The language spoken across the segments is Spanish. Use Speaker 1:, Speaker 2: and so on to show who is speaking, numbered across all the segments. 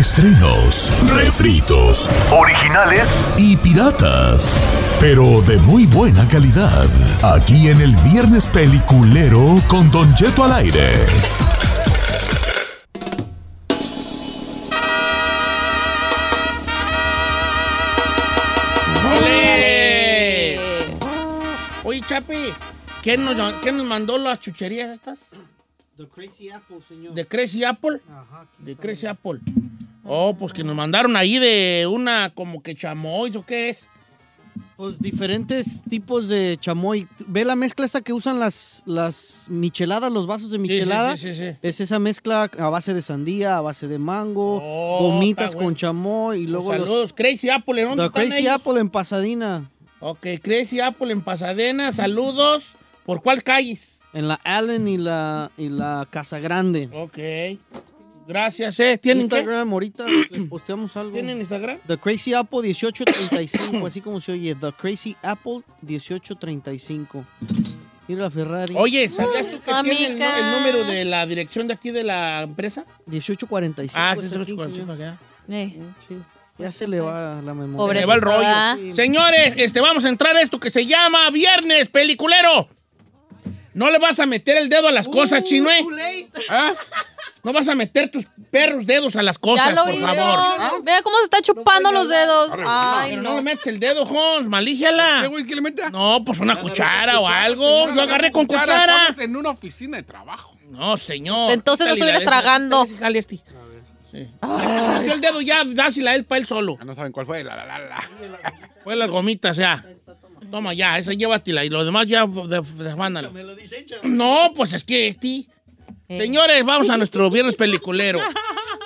Speaker 1: Estrenos, refritos
Speaker 2: Originales
Speaker 1: y piratas, pero de muy buena calidad. Aquí en el Viernes Peliculero con Don Jeto al aire.
Speaker 3: ¡Ole! Oye, Chapi, ¿qué nos, qué nos mandó las chucherías estas?
Speaker 4: The Crazy
Speaker 3: Pues,
Speaker 4: Apple, señor.
Speaker 3: ¿De Crazy Apple?
Speaker 4: Ajá, aquí
Speaker 3: De
Speaker 4: está.
Speaker 3: Crazy Apple. Oh, pues que nos mandaron ahí de una como que chamois o qué es.
Speaker 4: Pues diferentes tipos de chamoy. Ve la mezcla esa que usan las, las micheladas, los vasos de
Speaker 3: Sí, sí,
Speaker 4: michelada.
Speaker 3: Sí, sí, sí.
Speaker 4: Es esa mezcla a base de sandía, a base de mango,
Speaker 3: Oh,
Speaker 4: gomitas
Speaker 3: está
Speaker 4: con
Speaker 3: bueno.
Speaker 4: chamoy y luego
Speaker 3: Pues
Speaker 4: los,
Speaker 3: saludos, Crazy Apple, ¿en dónde
Speaker 4: The
Speaker 3: están
Speaker 4: Crazy
Speaker 3: ellos?
Speaker 4: Apple en Pasadena,
Speaker 3: Ok, Crazy Apple en Pasadena, saludos. ¿Por cuál calles?
Speaker 4: en la Allen y la, y la Casa Grande.
Speaker 3: Ok. Gracias, ¿eh? ¿Tienen qué?
Speaker 4: Instagram ahorita les posteamos algo.
Speaker 3: ¿Tienen Instagram?
Speaker 4: The Crazy Apple 1835, así como se oye, The Crazy Apple 1835. Mira la Ferrari.
Speaker 3: Oye, ¿sabías tú que
Speaker 5: Amiga.
Speaker 3: tiene el, nu- el número de la dirección de aquí de la empresa?
Speaker 4: 1845.
Speaker 3: Ah,
Speaker 4: es
Speaker 3: sí, se
Speaker 4: aquí, señor.
Speaker 5: Eh,
Speaker 4: Sí. Ya se le va la memoria.
Speaker 5: Pobre-
Speaker 3: Le va el
Speaker 5: ¿verdad?
Speaker 3: rollo. Señores, este, vamos a entrar a esto que se llama Viernes Peliculero. No le vas a meter el dedo a las cosas, chino, ¿eh? ¿Ah? No vas a meter tus perros dedos a las
Speaker 5: ya
Speaker 3: cosas,
Speaker 5: lo
Speaker 3: por
Speaker 5: hizo.
Speaker 3: favor.
Speaker 5: Vea cómo se está chupando los dedos. Ay,
Speaker 3: Pero no
Speaker 5: no.
Speaker 3: le metes el dedo, Jones, malíciala.
Speaker 6: ¿Qué, este güey, qué le meta?
Speaker 3: No, pues una cuchara o algo.
Speaker 6: Señora,
Speaker 3: Yo agarré con
Speaker 6: cuchara,
Speaker 3: cuchara.
Speaker 6: Estamos en una oficina de trabajo.
Speaker 3: No, señor.
Speaker 5: Entonces no estuvieras
Speaker 3: Dale, dale,
Speaker 5: tragando.
Speaker 3: dale, jale este. Sí. Yo el dedo ya, dásela él para él solo.
Speaker 6: Ah, no saben cuál fue. La, la, la, la.
Speaker 3: Fue Pues las gomitas ya. Toma ya, esa llévatela y lo demás ya desmándalo.
Speaker 4: lo dice,
Speaker 3: No, pues es que este.
Speaker 5: Eh,
Speaker 3: Señores, vamos a nuestro viernes peliculero.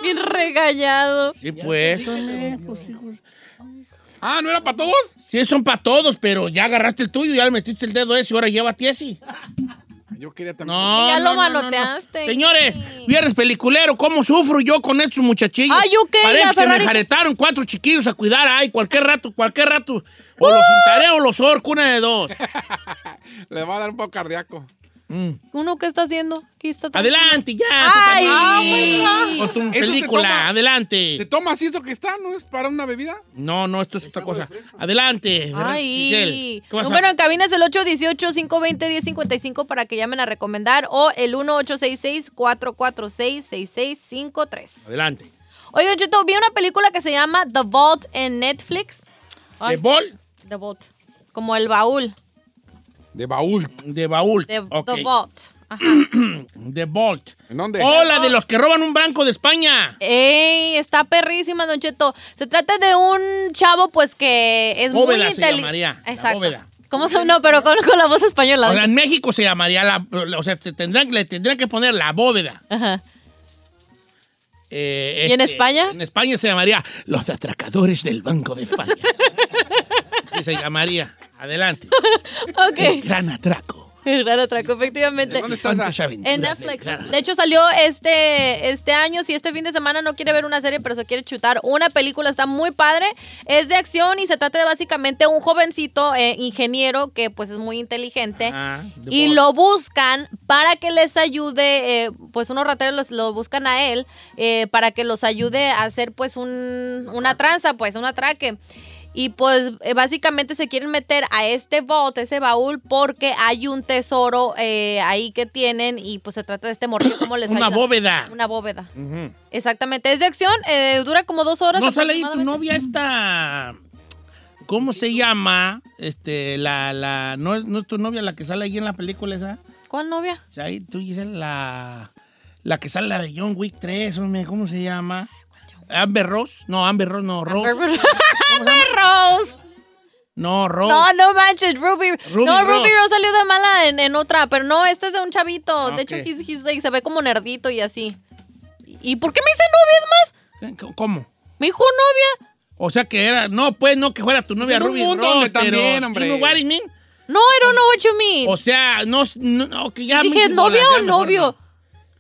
Speaker 5: Bien regallado.
Speaker 3: Sí, pues. hombre, pues, sí, pues.
Speaker 6: Ah, ¿no era para todos?
Speaker 3: Sí, son para todos, pero ya agarraste el tuyo, ya le metiste el dedo ese y ahora llévate ese.
Speaker 6: Yo quería también.
Speaker 3: No.
Speaker 5: Ya
Speaker 3: no, no, no, no.
Speaker 5: lo manoteaste.
Speaker 3: Señores,
Speaker 5: Sí.
Speaker 3: viernes peliculero, ¿cómo sufro yo con estos muchachillos?
Speaker 5: Ay, ¿yo qué?
Speaker 3: Parece
Speaker 5: La
Speaker 3: que me
Speaker 5: Ferrari-
Speaker 3: jaretaron cuatro chiquillos a cuidar. Ay, cualquier rato, cualquier rato. O los
Speaker 5: Uh.
Speaker 3: cintaré o los orco, una de dos.
Speaker 6: Le va a dar un poco cardíaco.
Speaker 5: ¿Uno qué está haciendo? ¿Qué está tra-
Speaker 3: Adelante, ya.
Speaker 5: Ay.
Speaker 3: total. Con tu
Speaker 6: Eso se
Speaker 3: película,
Speaker 6: toma. ¿Te
Speaker 3: adelante.
Speaker 6: tomas eso que está? ¿No es para una bebida?
Speaker 3: No, no, esto es otra cosa. Adelante.
Speaker 5: Ay,
Speaker 3: Giselle. ¿Qué vas a-
Speaker 5: número en cabina es el 818-520-1055 para que llamen a recomendar o el 1866-446-6653.
Speaker 3: Adelante.
Speaker 5: Oigan, Cheto, vi una película que se llama The Vault en Netflix.
Speaker 3: De
Speaker 5: Ay,
Speaker 3: bol,
Speaker 5: The Vault. Como el baúl.
Speaker 6: De baúl.
Speaker 3: de baúl.
Speaker 5: The,
Speaker 3: Ok.
Speaker 5: The Vault. Ajá.
Speaker 3: De Bolt.
Speaker 6: ¿En dónde?
Speaker 3: Hola, de los que roban un banco de España.
Speaker 5: ¡Ey! Está perrísima, Don Cheto. Se trata de un chavo, pues, que es
Speaker 3: Bóveda
Speaker 5: muy
Speaker 3: se
Speaker 5: inteligente.
Speaker 3: llamaría, la
Speaker 5: Exacto.
Speaker 3: bóveda.
Speaker 5: ¿Cómo se No, pero con, con la voz española.
Speaker 3: O sea, en México se llamaría la. O sea, te tendrán, le tendrían que poner la bóveda.
Speaker 5: Ajá.
Speaker 3: Eh,
Speaker 5: ¿Y en España?
Speaker 3: En España se llamaría Los Atracadores del Banco de España. sí, se llamaría. Adelante. El
Speaker 5: Ok.
Speaker 3: gran atraco.
Speaker 5: El gran atraco, efectivamente.
Speaker 6: ¿Dónde está
Speaker 3: ¿Cuántas
Speaker 6: esa?
Speaker 3: aventuras
Speaker 5: En
Speaker 3: del
Speaker 5: Netflix.
Speaker 3: gran-
Speaker 5: De hecho, salió este, este año. Si este fin de semana no quiere ver una serie, pero se quiere chutar una película, está muy padre. Es de acción y se trata de básicamente un jovencito eh, ingeniero que pues es muy inteligente.
Speaker 3: Ah, de
Speaker 5: y
Speaker 3: Bolt.
Speaker 5: lo buscan para que les ayude, eh, pues unos rateros los- lo buscan a él eh, para que los ayude a hacer pues un- una tranza, pues un atraque. Y pues eh, básicamente se quieren meter a este bote, ese baúl, porque hay un tesoro eh, ahí que tienen y pues se trata de este morrillo, ¿cómo les
Speaker 3: Una
Speaker 5: ayuda?
Speaker 3: bóveda.
Speaker 5: Una bóveda.
Speaker 3: Ujú.
Speaker 5: Exactamente, es de acción, eh, dura como dos horas.
Speaker 3: No sale ahí tu
Speaker 5: aproximadamente.
Speaker 3: novia esta. ¿Cómo se llama? Este, la, la. ¿No es, no es tu novia la que sale ahí en la película esa?
Speaker 5: ¿Cuál novia?
Speaker 3: O sea, ahí tú dices la, la que sale la de John Wick 3, hombre, ¿cómo se llama? Amber Rose. No, Amber Rose, no, Rose.
Speaker 5: Rose.
Speaker 3: No, Rose.
Speaker 5: No, no manches, Ruby.
Speaker 3: Ruby
Speaker 5: no,
Speaker 3: Rose.
Speaker 5: Ruby Rose salió de mala en, en otra, pero no, este es de un chavito.
Speaker 3: Ah,
Speaker 5: De hecho,
Speaker 3: ok.
Speaker 5: he's- he's like, se ve como nerdito y así. ¿Y por qué me hice novia? Es más,
Speaker 3: ¿Cómo?
Speaker 5: me dijo novia.
Speaker 3: O sea que era, no, pues no que fuera tu novia
Speaker 6: en un
Speaker 3: Ruby
Speaker 6: mundo
Speaker 3: Rose,
Speaker 6: donde
Speaker 3: pero-
Speaker 6: también, hombre.
Speaker 3: You know what I mean?
Speaker 5: No, I don't know what you mean.
Speaker 3: O sea, no, no, no, que ya
Speaker 5: Dije,
Speaker 3: me-
Speaker 5: ¿novia
Speaker 3: ya
Speaker 5: o
Speaker 3: mejor
Speaker 5: novio?
Speaker 3: no.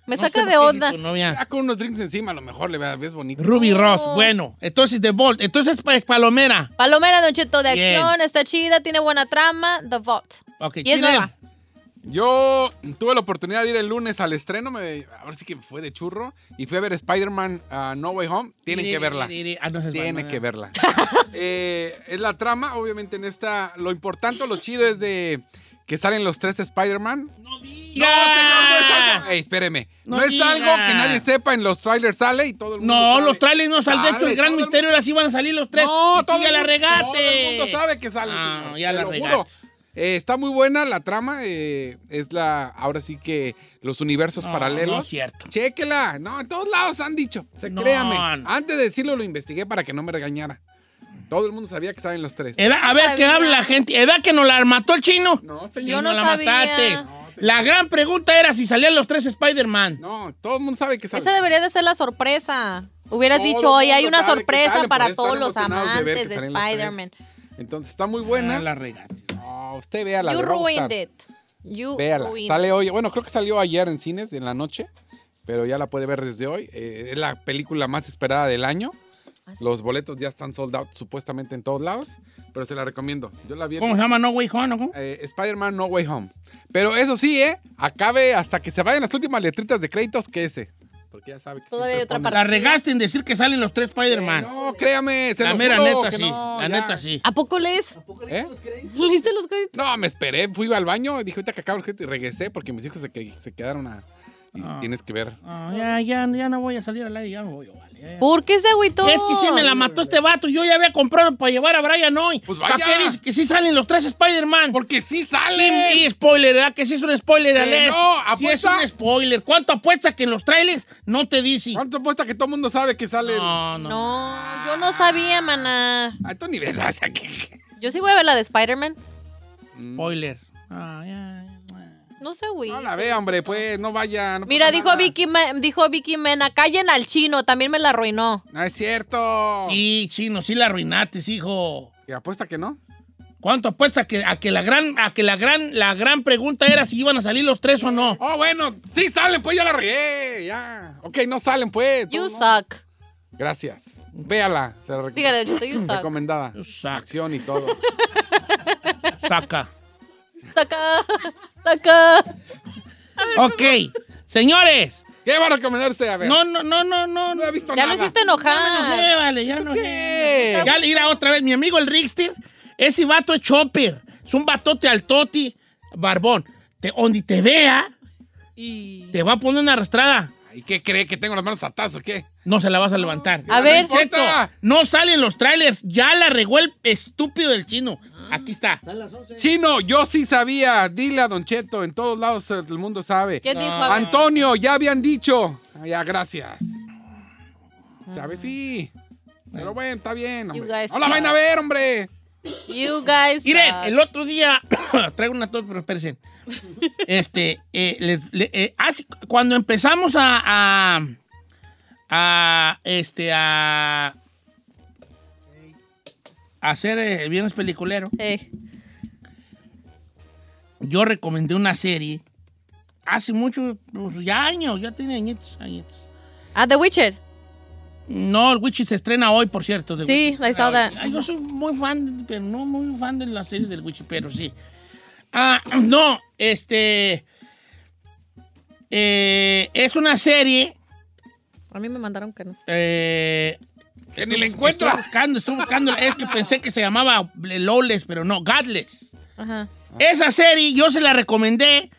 Speaker 5: Me
Speaker 3: No
Speaker 5: saca
Speaker 3: sé
Speaker 5: de
Speaker 3: por qué dije
Speaker 5: onda.
Speaker 3: tu novia.
Speaker 6: Ah, con unos drinks encima, a lo mejor le ves bonito.
Speaker 3: Ruby
Speaker 5: No.
Speaker 3: Rose, bueno, entonces The Bolt, entonces pa- es Palomera.
Speaker 5: Palomera, Don Cheto, de
Speaker 3: Bien.
Speaker 5: acción, está chida, tiene buena trama, The Vault.
Speaker 3: Ok,
Speaker 5: Y es
Speaker 3: Chile.
Speaker 5: nueva.
Speaker 6: Yo tuve la oportunidad de ir el lunes al estreno, me, ahora sí que fue de churro, y fui a ver Spider-Man ah, No Way Home. Tienen
Speaker 3: Iri,
Speaker 6: que verla.
Speaker 3: iri, iri. Ah, no, esa es
Speaker 6: Tiene
Speaker 3: Batman,
Speaker 6: que
Speaker 3: ¿verdad?
Speaker 6: verla. Eh, es la trama, obviamente, en esta. Lo importante, lo chido es de que salen los tres Spider-Man.
Speaker 3: No
Speaker 6: No,
Speaker 3: digas.
Speaker 6: señor, no es algo. Ey, espéreme.
Speaker 3: No
Speaker 6: No, es
Speaker 3: diga.
Speaker 6: algo que nadie sepa. En los trailers sale y todo el mundo.
Speaker 3: No,
Speaker 6: sabe.
Speaker 3: los trailers no salen. De hecho,
Speaker 6: Sale,
Speaker 3: el gran
Speaker 6: todo el
Speaker 3: misterio era si iban a salir los tres.
Speaker 6: No,
Speaker 3: y tú ya
Speaker 6: el
Speaker 3: la
Speaker 6: mundo-
Speaker 3: regate.
Speaker 6: Todo el mundo sabe que sale.
Speaker 3: No,
Speaker 6: señor,
Speaker 3: ya
Speaker 6: te
Speaker 3: la
Speaker 6: lo juro.
Speaker 3: regates.
Speaker 6: Eh, está muy buena la trama. eh, es la. Ahora sí que los universos
Speaker 3: No,
Speaker 6: paralelos.
Speaker 3: no es cierto.
Speaker 6: Chéquela. No, en todos lados han dicho. O sea,
Speaker 3: No,
Speaker 6: créame.
Speaker 3: no.
Speaker 6: Antes de decirlo, lo investigué para que no me regañara. Todo el mundo sabía que salen los tres.
Speaker 3: Edad- a ver qué
Speaker 5: sabía.
Speaker 3: habla la gente. Edad que nos la mató el chino.
Speaker 6: No,
Speaker 3: Si
Speaker 6: señor.
Speaker 5: Yo
Speaker 3: no
Speaker 5: no
Speaker 3: la
Speaker 5: sabía.
Speaker 3: mataste.
Speaker 6: No, señor.
Speaker 3: La gran pregunta era si salían los tres Spider-Man.
Speaker 6: No, todo el mundo sabe que salen.
Speaker 5: Esa debería de ser la sorpresa. Hubieras
Speaker 6: Todo
Speaker 5: dicho, hoy
Speaker 6: mundo
Speaker 5: hay una
Speaker 6: sabe que
Speaker 5: sorpresa
Speaker 6: salen, por
Speaker 5: para
Speaker 6: eso
Speaker 5: todos
Speaker 6: están
Speaker 5: los
Speaker 6: emocionados de ver que
Speaker 5: amantes de,
Speaker 6: salen los tres.
Speaker 5: Spider-Man.
Speaker 6: Entonces está muy
Speaker 3: Ah,
Speaker 6: buena.
Speaker 3: la regate.
Speaker 6: No, usted véala.
Speaker 5: You
Speaker 6: le va a
Speaker 5: ruined
Speaker 6: gustar.
Speaker 5: it. You
Speaker 6: Véala.
Speaker 5: ruined
Speaker 6: Sale hoy. Bueno, creo que salió ayer en cines, en la noche. Pero ya la puede ver desde hoy. Eh, es la película más esperada del año.
Speaker 5: ¿Ah,
Speaker 6: Los boletos ya están sold out supuestamente en todos lados. Pero se la recomiendo. Yo la vi en
Speaker 3: ¿Cómo se llama? No Way Home, ¿no? ¿Cómo?
Speaker 6: eh, Spider-Man No Way Home. Pero eso sí, ¿eh? Acabe hasta que se vayan las últimas letritas de créditos que ese. Porque ya sabe que
Speaker 5: Todavía
Speaker 6: siempre
Speaker 5: hay otra
Speaker 6: ponen-
Speaker 3: La regaste en decir que salen los tres Spider-Man.
Speaker 6: No, créame. Se
Speaker 3: la
Speaker 6: lo
Speaker 3: mera
Speaker 6: juro
Speaker 3: neta
Speaker 6: que
Speaker 3: sí.
Speaker 6: no,
Speaker 3: la
Speaker 6: ya.
Speaker 3: neta sí.
Speaker 5: it. ¿A poco lees?
Speaker 6: ¿Eh?
Speaker 5: ¿Leíste los créditos?
Speaker 6: No, me esperé, fui al baño, dije ahorita que acabo el crédito y regresé porque mis hijos se, que- se quedaron a... Y tienes que ver.
Speaker 3: Ah, ya, ya, ya no voy a salir al aire, ya no voy, yo, vale. ya, ya.
Speaker 5: ¿Por qué se agüitó?
Speaker 3: Es que sí me la mató este vato. Yo ya había comprado para llevar a Brian hoy.
Speaker 6: Pues
Speaker 3: ¿Para
Speaker 6: vaya.
Speaker 3: qué dice que sí salen los tres Spider-Man?
Speaker 6: Porque sí
Speaker 3: Y,
Speaker 6: sale.
Speaker 3: y spoiler, ¿verdad? Que sí es un spoiler,
Speaker 6: Que
Speaker 3: Alex.
Speaker 6: no,
Speaker 3: Sí es
Speaker 6: apuesta.
Speaker 3: un spoiler. ¿Cuánto apuesta que en los trailers no te dice?
Speaker 6: ¿Cuánto apuesta que todo el mundo sabe que sale? el-
Speaker 3: No, no.
Speaker 5: No, yo no sabía, maná.
Speaker 6: A tu nivel vas aquí.
Speaker 5: Yo sí voy a ver la de Spider-Man.
Speaker 3: Spoiler. Ah, ya, ya.
Speaker 5: No sé, güey.
Speaker 6: No la vea, hombre, pues, no vaya. no
Speaker 5: Mira,
Speaker 6: pasa
Speaker 5: dijo
Speaker 6: nada.
Speaker 5: Vicky, Me- dijo Vicky Mena, callen al chino, también me la arruinó.
Speaker 6: No es cierto.
Speaker 3: Sí, chino, sí la arruinaste, hijo.
Speaker 6: Que apuesta que no.
Speaker 3: ¿Cuánto apuesta que, a que la gran, a que la gran, la gran pregunta era si iban a salir los tres o no?
Speaker 6: Oh, bueno, sí salen, pues ya la regué. Ya. Ok, no salen, pues.
Speaker 5: You
Speaker 6: tú, no.
Speaker 5: suck.
Speaker 6: Gracias. Véala. Se la recom-
Speaker 5: Dígale, Chito, you suck.
Speaker 6: Recomendada.
Speaker 3: Saca,
Speaker 6: Acción y todo.
Speaker 3: saca.
Speaker 5: Saca, saca.
Speaker 3: Ok, señores.
Speaker 6: ¿Qué va a recomendarse? A ver.
Speaker 3: No, no, no, no, no.
Speaker 6: no he visto
Speaker 5: Ya lo
Speaker 6: nada.
Speaker 5: hiciste enojar.
Speaker 3: Eh, vale, ya no.
Speaker 6: ¿Qué?
Speaker 3: Ya le irá otra vez. Mi amigo el Rickster, ese vato es chopper. Es un batote al toti, barbón. Te, donde te vea, te va a poner una arrastrada.
Speaker 6: ¿Y qué cree? ¿Que tengo las manos atadas o qué?
Speaker 3: No se la vas a levantar.
Speaker 5: A ver.
Speaker 3: Don Cheto,
Speaker 6: importa.
Speaker 3: no salen los trailers. Ya la regó el estúpido del chino.
Speaker 5: Ah.
Speaker 3: Aquí está.
Speaker 6: Chino, yo sí sabía. Dile a Don Cheto, en todos lados el mundo sabe.
Speaker 5: ¿Qué dijo? A ver.
Speaker 6: Antonio, ya habían dicho. Ah, ya, gracias. ¿Sabes? Sí. Pero bueno, está bien.
Speaker 5: You
Speaker 6: Hombre.
Speaker 5: guys
Speaker 6: No la
Speaker 5: suck.
Speaker 6: vayan a ver, hombre.
Speaker 5: You guys.
Speaker 3: Miren,
Speaker 5: suck.
Speaker 3: el otro día, traigo una tos, pero espérense. Este, eh, les- le- eh, hace- cuando empezamos a, a, a, este, a, a hacer eh, Viernes Peliculero,
Speaker 5: Eh,
Speaker 3: yo recomendé una serie hace muchos, pues, ya años, ya tiene añitos, añitos.
Speaker 5: Ah, The Witcher.
Speaker 3: No, el Witcher se estrena hoy, por cierto. de
Speaker 5: Sí,
Speaker 3: Witcher.
Speaker 5: I saw that.
Speaker 3: Ay, yo soy muy fan, pero no muy fan de la serie del Witcher, pero sí. Ah, no, este. eh, es una serie.
Speaker 5: A mí me mandaron que no.
Speaker 3: eh,
Speaker 6: Que ni la
Speaker 3: Estoy
Speaker 6: encuentra.
Speaker 3: buscando, estoy buscando. Es que pensé que se llamaba Lawless, pero no, Godless.
Speaker 5: Ajá.
Speaker 3: Esa serie yo se la recomendé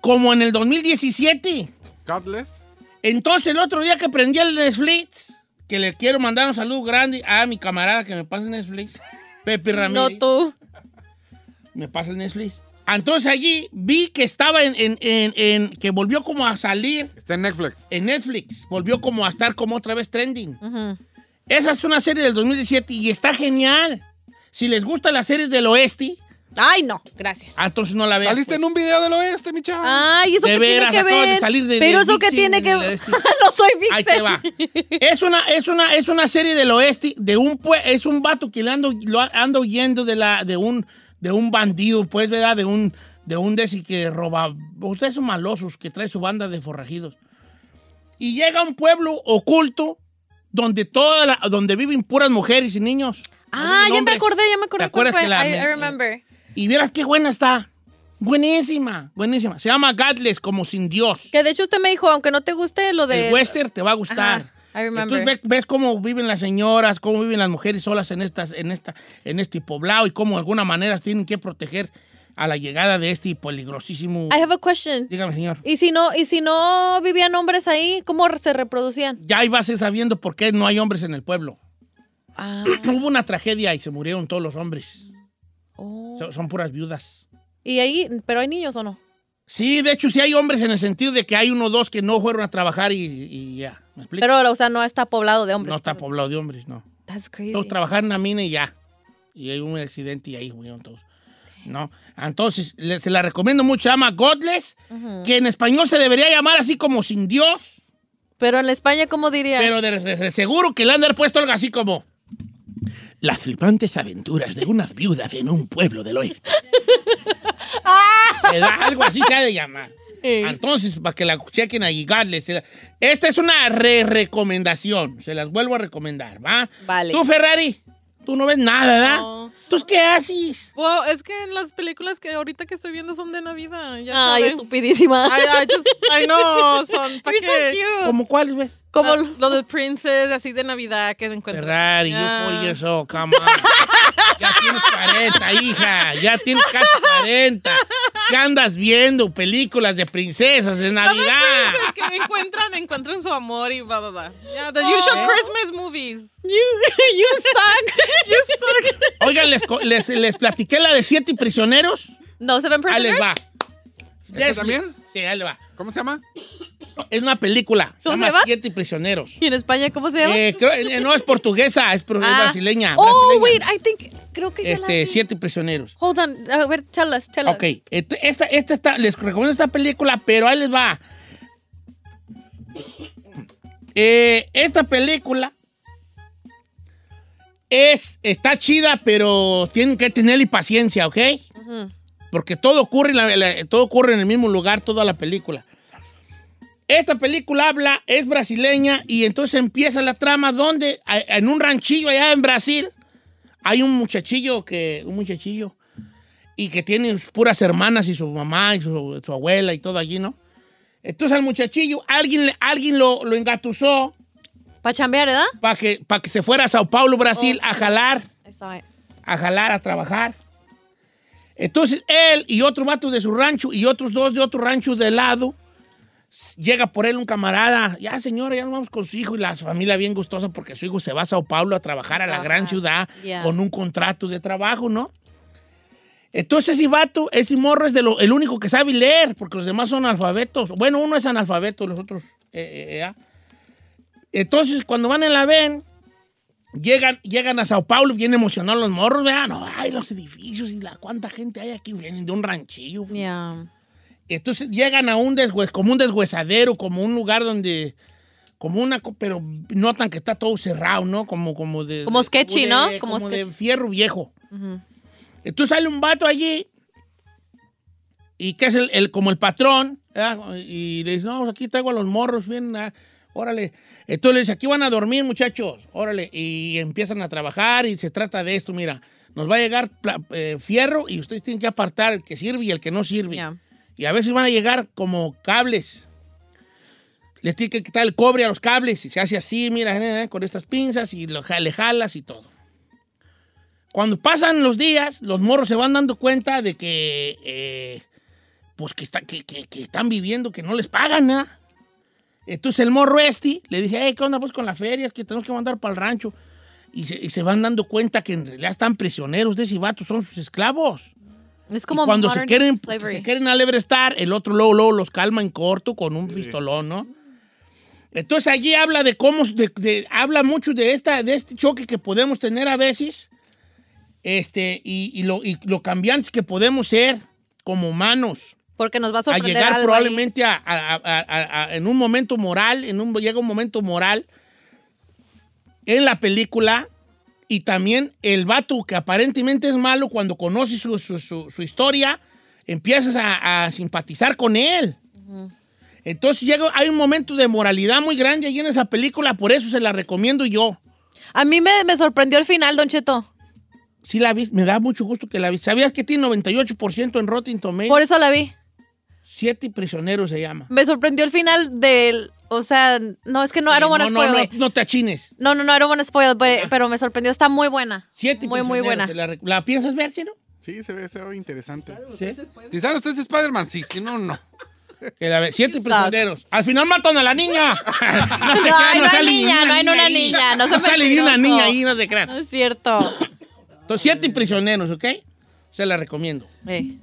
Speaker 3: como en el 2017.
Speaker 6: Godless.
Speaker 3: Entonces, el otro día que prendí el Netflix, que le quiero mandar un saludo grande a mi camarada que me pasa el Netflix, Pepe
Speaker 5: No
Speaker 3: Ramírez,
Speaker 5: tú.
Speaker 3: me pasa el Netflix. Entonces allí vi que estaba en, en- en- en- que volvió como a salir
Speaker 6: Está en Netflix.
Speaker 3: en Netflix, volvió como a estar como otra vez trending.
Speaker 5: Ujú.
Speaker 3: Esa es una serie del 2017 y está genial. Si les gustan las series del oeste,
Speaker 5: Ay, no, gracias.
Speaker 3: ah, entonces no la vean.
Speaker 6: Saliste
Speaker 3: pues.
Speaker 6: en un video del oeste, mi chavo.
Speaker 5: Ay, eso
Speaker 3: De
Speaker 5: que
Speaker 3: veras,
Speaker 5: tiene que
Speaker 3: acabas de
Speaker 5: ver.
Speaker 3: salir de-
Speaker 5: Pero
Speaker 3: de
Speaker 5: eso que
Speaker 3: Vixen,
Speaker 5: tiene que
Speaker 3: de- de-
Speaker 5: ver. no soy Vixen.
Speaker 3: Ahí te va. Es una, es una, es una serie del oeste, de un pue- es un vato que le ando, lo ando huyendo de la, de un, de un bandido, pues, ¿verdad? De un, de un desi que roba, ustedes son malosos, que trae su banda de forrajidos. Y llega a un pueblo oculto donde toda la- donde viven puras mujeres y niños. No
Speaker 5: Ah,
Speaker 3: viven
Speaker 5: ya me
Speaker 3: hombres.
Speaker 5: acordé, ya me
Speaker 3: ¿Te
Speaker 5: acordé. cuál
Speaker 3: acuerdas
Speaker 5: fue?
Speaker 3: que la-
Speaker 5: I,
Speaker 3: me-
Speaker 5: I remember.
Speaker 3: Y vieras qué buena está. Buenísima, buenísima. Se llama Godless, como sin Dios.
Speaker 5: Que de hecho usted me dijo, aunque no te guste lo de...
Speaker 3: El western te va a gustar.
Speaker 5: Ajá, I remember.
Speaker 3: Entonces ve- ves, cómo viven las señoras, cómo viven las mujeres solas en, estas, en, esta, en este poblado y cómo de alguna manera tienen que proteger a la llegada de este peligrosísimo...
Speaker 5: I have a question.
Speaker 3: Dígame, señor.
Speaker 5: ¿Y si, no, ¿Y si no vivían hombres ahí, cómo se reproducían?
Speaker 3: Ya ibas a ir sabiendo por qué no hay hombres en el pueblo.
Speaker 5: Ah,
Speaker 3: Hubo una tragedia y se murieron todos los hombres.
Speaker 5: oh.
Speaker 3: So- Son puras viudas.
Speaker 5: ¿Y ahí, pero hay niños o no?
Speaker 3: Sí, de hecho, sí hay hombres en el sentido de que hay uno o dos que no fueron a trabajar y, y ya. ¿Me explico?
Speaker 5: Pero, o sea, no está poblado de hombres.
Speaker 3: no está
Speaker 5: pues.
Speaker 3: poblado de hombres, no.
Speaker 5: That's crazy.
Speaker 3: Todos trabajaron en la mina y ya. Y hay un accidente y ahí murieron todos. ¿No? Entonces, le- se la recomiendo mucho. Se llama Godless, que en español se debería llamar así como sin Dios,
Speaker 5: Pero en España, ¿cómo diría?
Speaker 3: pero de, de- de seguro que le han de haber puesto algo así como. Las flipantes aventuras de unas viudas en un pueblo del oeste. ¿Verdad? Algo así se ha de llamar.
Speaker 5: Eh.
Speaker 3: Entonces, para que la chequen allí, Godless. se la- Esta es una re-recomendación. Se las vuelvo a recomendar, ¿va?
Speaker 5: Vale.
Speaker 3: Tú, Ferrari, tú no ves nada, ¿verdad?
Speaker 2: No.
Speaker 3: ¿Tú qué haces?
Speaker 2: Wow, es que las películas que ahorita que estoy viendo son de Navidad. Ya
Speaker 5: Ay,
Speaker 2: sabe.
Speaker 5: estupidísima.
Speaker 2: I, I just, I know, son pa'
Speaker 5: You're
Speaker 2: qué?
Speaker 5: so cute.
Speaker 3: ¿Cómo cuáles ves?
Speaker 5: Como
Speaker 2: Lo, lo de Princess, así de Navidad que encuentro.
Speaker 3: Ferrari,
Speaker 2: Ah.
Speaker 3: you four years old, come on. Ya tienes 40, hija. Ya tienes casi 40. Ya andas viendo películas de princesas de Navidad.
Speaker 2: Princess que encuentran, encuentran su amor y va, va, va. Yeah, the usual Christmas movies.
Speaker 5: you, you suck.
Speaker 3: Oigan, les, co- les, les platiqué la de siete prisioneros.
Speaker 5: No, Seven
Speaker 3: Ahí Ah, les
Speaker 5: Prisoners.
Speaker 3: va.
Speaker 6: ¿Esta también?
Speaker 3: Sí, ahí les va.
Speaker 6: ¿Cómo se llama?
Speaker 3: Es una película. Se
Speaker 5: ¿Cómo se
Speaker 3: llama
Speaker 5: llama?
Speaker 3: Siete Prisioneros.
Speaker 5: ¿Y en España cómo se llama?
Speaker 3: Eh, creo- eh, no es portuguesa, es, pro- es
Speaker 5: Ah.
Speaker 3: brasileña.
Speaker 5: Oh,
Speaker 3: brasileña.
Speaker 5: wait, I think, creo que ya la
Speaker 3: Este,
Speaker 5: vi.
Speaker 3: Siete Prisioneros.
Speaker 5: Hold on, a ver, tell us, tell
Speaker 3: Ok,
Speaker 5: us.
Speaker 3: esta, esta, esta está- les recomiendo esta película, pero ahí les va. Eh, esta película es, está chida, pero tienen que tenerle paciencia, ¿ok? Porque todo ocurre, en la- la- todo ocurre en el mismo lugar, toda la película. Esta película habla, es brasileña, y entonces empieza la trama donde, a- en un ranchillo allá en Brasil, hay un muchachillo que, un muchachillo y que tiene sus puras hermanas y su mamá y su, su abuela y todo allí, ¿no? Entonces al muchachillo, alguien, le- alguien lo, lo engatusó
Speaker 5: Para chambear, ¿verdad?
Speaker 3: para que, pa' que se fuera a Sao Paulo, Brasil, a jalar,
Speaker 5: I saw it.
Speaker 3: a jalar, a trabajar. Entonces él y otro vato de su rancho y otros dos de otro rancho de lado, s- llega por él un camarada, ya señora, ya nos vamos con su hijo y la familia bien gustosa porque su hijo se va a Sao Paulo a trabajar a la gran ciudad
Speaker 5: Yeah.
Speaker 3: con un contrato de trabajo, ¿no? Entonces ese vato, ese morro es de lo- el único que sabe leer, porque los demás son analfabetos. Bueno, uno es analfabeto, los otros... eh, eh, eh, ah. Entonces cuando van en la ven, llegan, llegan a Sao Paulo, bien emocionados los morros, vean, no, ay, los edificios y la cuánta gente hay aquí, vienen de un ranchillo.
Speaker 5: Yeah.
Speaker 3: Entonces llegan a un deshues, como un deshuesadero, como un lugar donde, como una, co- pero notan que está todo cerrado, ¿no? Como, como de...
Speaker 5: Como
Speaker 3: de-
Speaker 5: sketchy, ¿no?
Speaker 3: de-
Speaker 5: Como
Speaker 3: Como, de
Speaker 5: sketchy.
Speaker 3: fierro viejo. Entonces sale un vato allí y que es el, el- como el patrón, ¿verdad? y le dice, no, pues aquí traigo a los morros, bien, ah, órale. Entonces le dice, aquí van a dormir, muchachos, órale, y empiezan a trabajar y se trata de esto, mira, nos va a llegar pla- eh, fierro y ustedes tienen que apartar el que sirve y el que no sirve.
Speaker 5: Ya.
Speaker 3: Y a veces van a llegar como cables. Les tiene que quitar el cobre a los cables y se hace así, mira, eh, eh, con estas pinzas y lo, ja- le jalas y todo. Cuando pasan los días, los morros se van dando cuenta de que, eh, pues que, está- que- que- que están viviendo, que no les pagan nada. Entonces el morro este le dice, hey, ¿qué onda pues con las ferias? Que tenemos que mandar para el rancho. Y se, y se van dando cuenta que en realidad están prisioneros de ese vato, son sus esclavos.
Speaker 5: Es
Speaker 3: Y
Speaker 5: como
Speaker 3: cuando se
Speaker 5: modern
Speaker 3: quieren, pues,
Speaker 5: slavery.
Speaker 3: se quieren alebrestar, el otro luego, luego los calma en corto con un pistolón, ¿no? Entonces allí habla de cómo, de- de- habla mucho de, esta, de este choque que podemos tener a veces este, y, y lo, y lo cambiantes que podemos ser como humanos.
Speaker 5: Porque nos va a
Speaker 3: A
Speaker 5: sorprender
Speaker 3: llegar
Speaker 5: algo ahí.
Speaker 3: probablemente a, a- a- a- a- en un momento moral, en un, llega un momento moral en la película y también el vato que aparentemente es malo cuando conoce su, su- su- su historia, empiezas a, a simpatizar con él. Entonces llega, hay un momento de moralidad muy grande ahí en esa película, por eso se la recomiendo yo.
Speaker 5: A mí me, me sorprendió el final, Don Cheto.
Speaker 3: Sí la vi, me da mucho gusto que la vi. ¿Sabías que tiene 98% en Rotten
Speaker 5: Por
Speaker 3: Tomatoes?
Speaker 5: eso la vi.
Speaker 3: Siete prisioneros se llama.
Speaker 5: Me sorprendió el final del. O sea, no, es que no, I don't
Speaker 3: no,
Speaker 5: wanna
Speaker 3: Eh, no,
Speaker 5: spoil
Speaker 3: no,
Speaker 5: it.
Speaker 3: no te achines.
Speaker 5: No, no, no, I don't wanna spoil it, but- pero me sorprendió. Está muy buena.
Speaker 3: Siete
Speaker 5: Muy, muy
Speaker 3: prisioneros,
Speaker 5: buena.
Speaker 3: te La, rec- ¿La piensas ver, Chino?
Speaker 6: Sí, se ve, se ve interesante.
Speaker 3: Sí.
Speaker 6: Si salen ustedes Spider-Man, sí, si no, no.
Speaker 3: Que la ve- Siete
Speaker 5: You
Speaker 3: prisioneros. Al final matan a la niña. No, te
Speaker 5: No,
Speaker 3: creas,
Speaker 5: ay, no hay
Speaker 3: sale ni
Speaker 5: niña, no hay una
Speaker 3: ahí.
Speaker 5: niña, no sea
Speaker 3: sale ni una
Speaker 5: mentiroso.
Speaker 3: niña ahí, no se
Speaker 5: No
Speaker 3: crean.
Speaker 5: es cierto.
Speaker 3: Entonces, siete prisioneros, ¿ok? Se la recomiendo.
Speaker 5: Eh.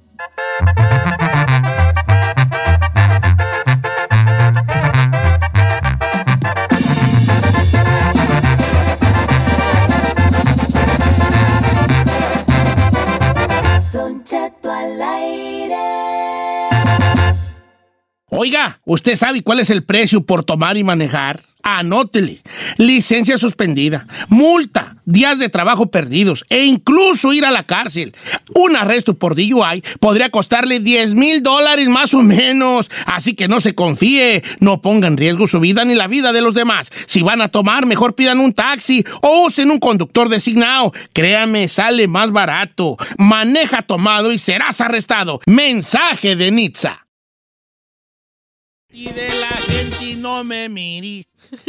Speaker 3: Oiga, ¿usted sabe cuál es el precio por tomar y manejar? Anótele. Licencia suspendida, multa, días de trabajo perdidos e incluso ir a la cárcel. Un arresto por DUI podría costarle 10 mil dólares más o menos. Así que no se confíe. No ponga en riesgo su vida ni la vida de los demás. Si van a tomar, mejor pidan un taxi o usen un conductor designado. Créame, sale más barato. Maneja tomado y serás arrestado. Mensaje de Nitza. Y de la gente no me mirís.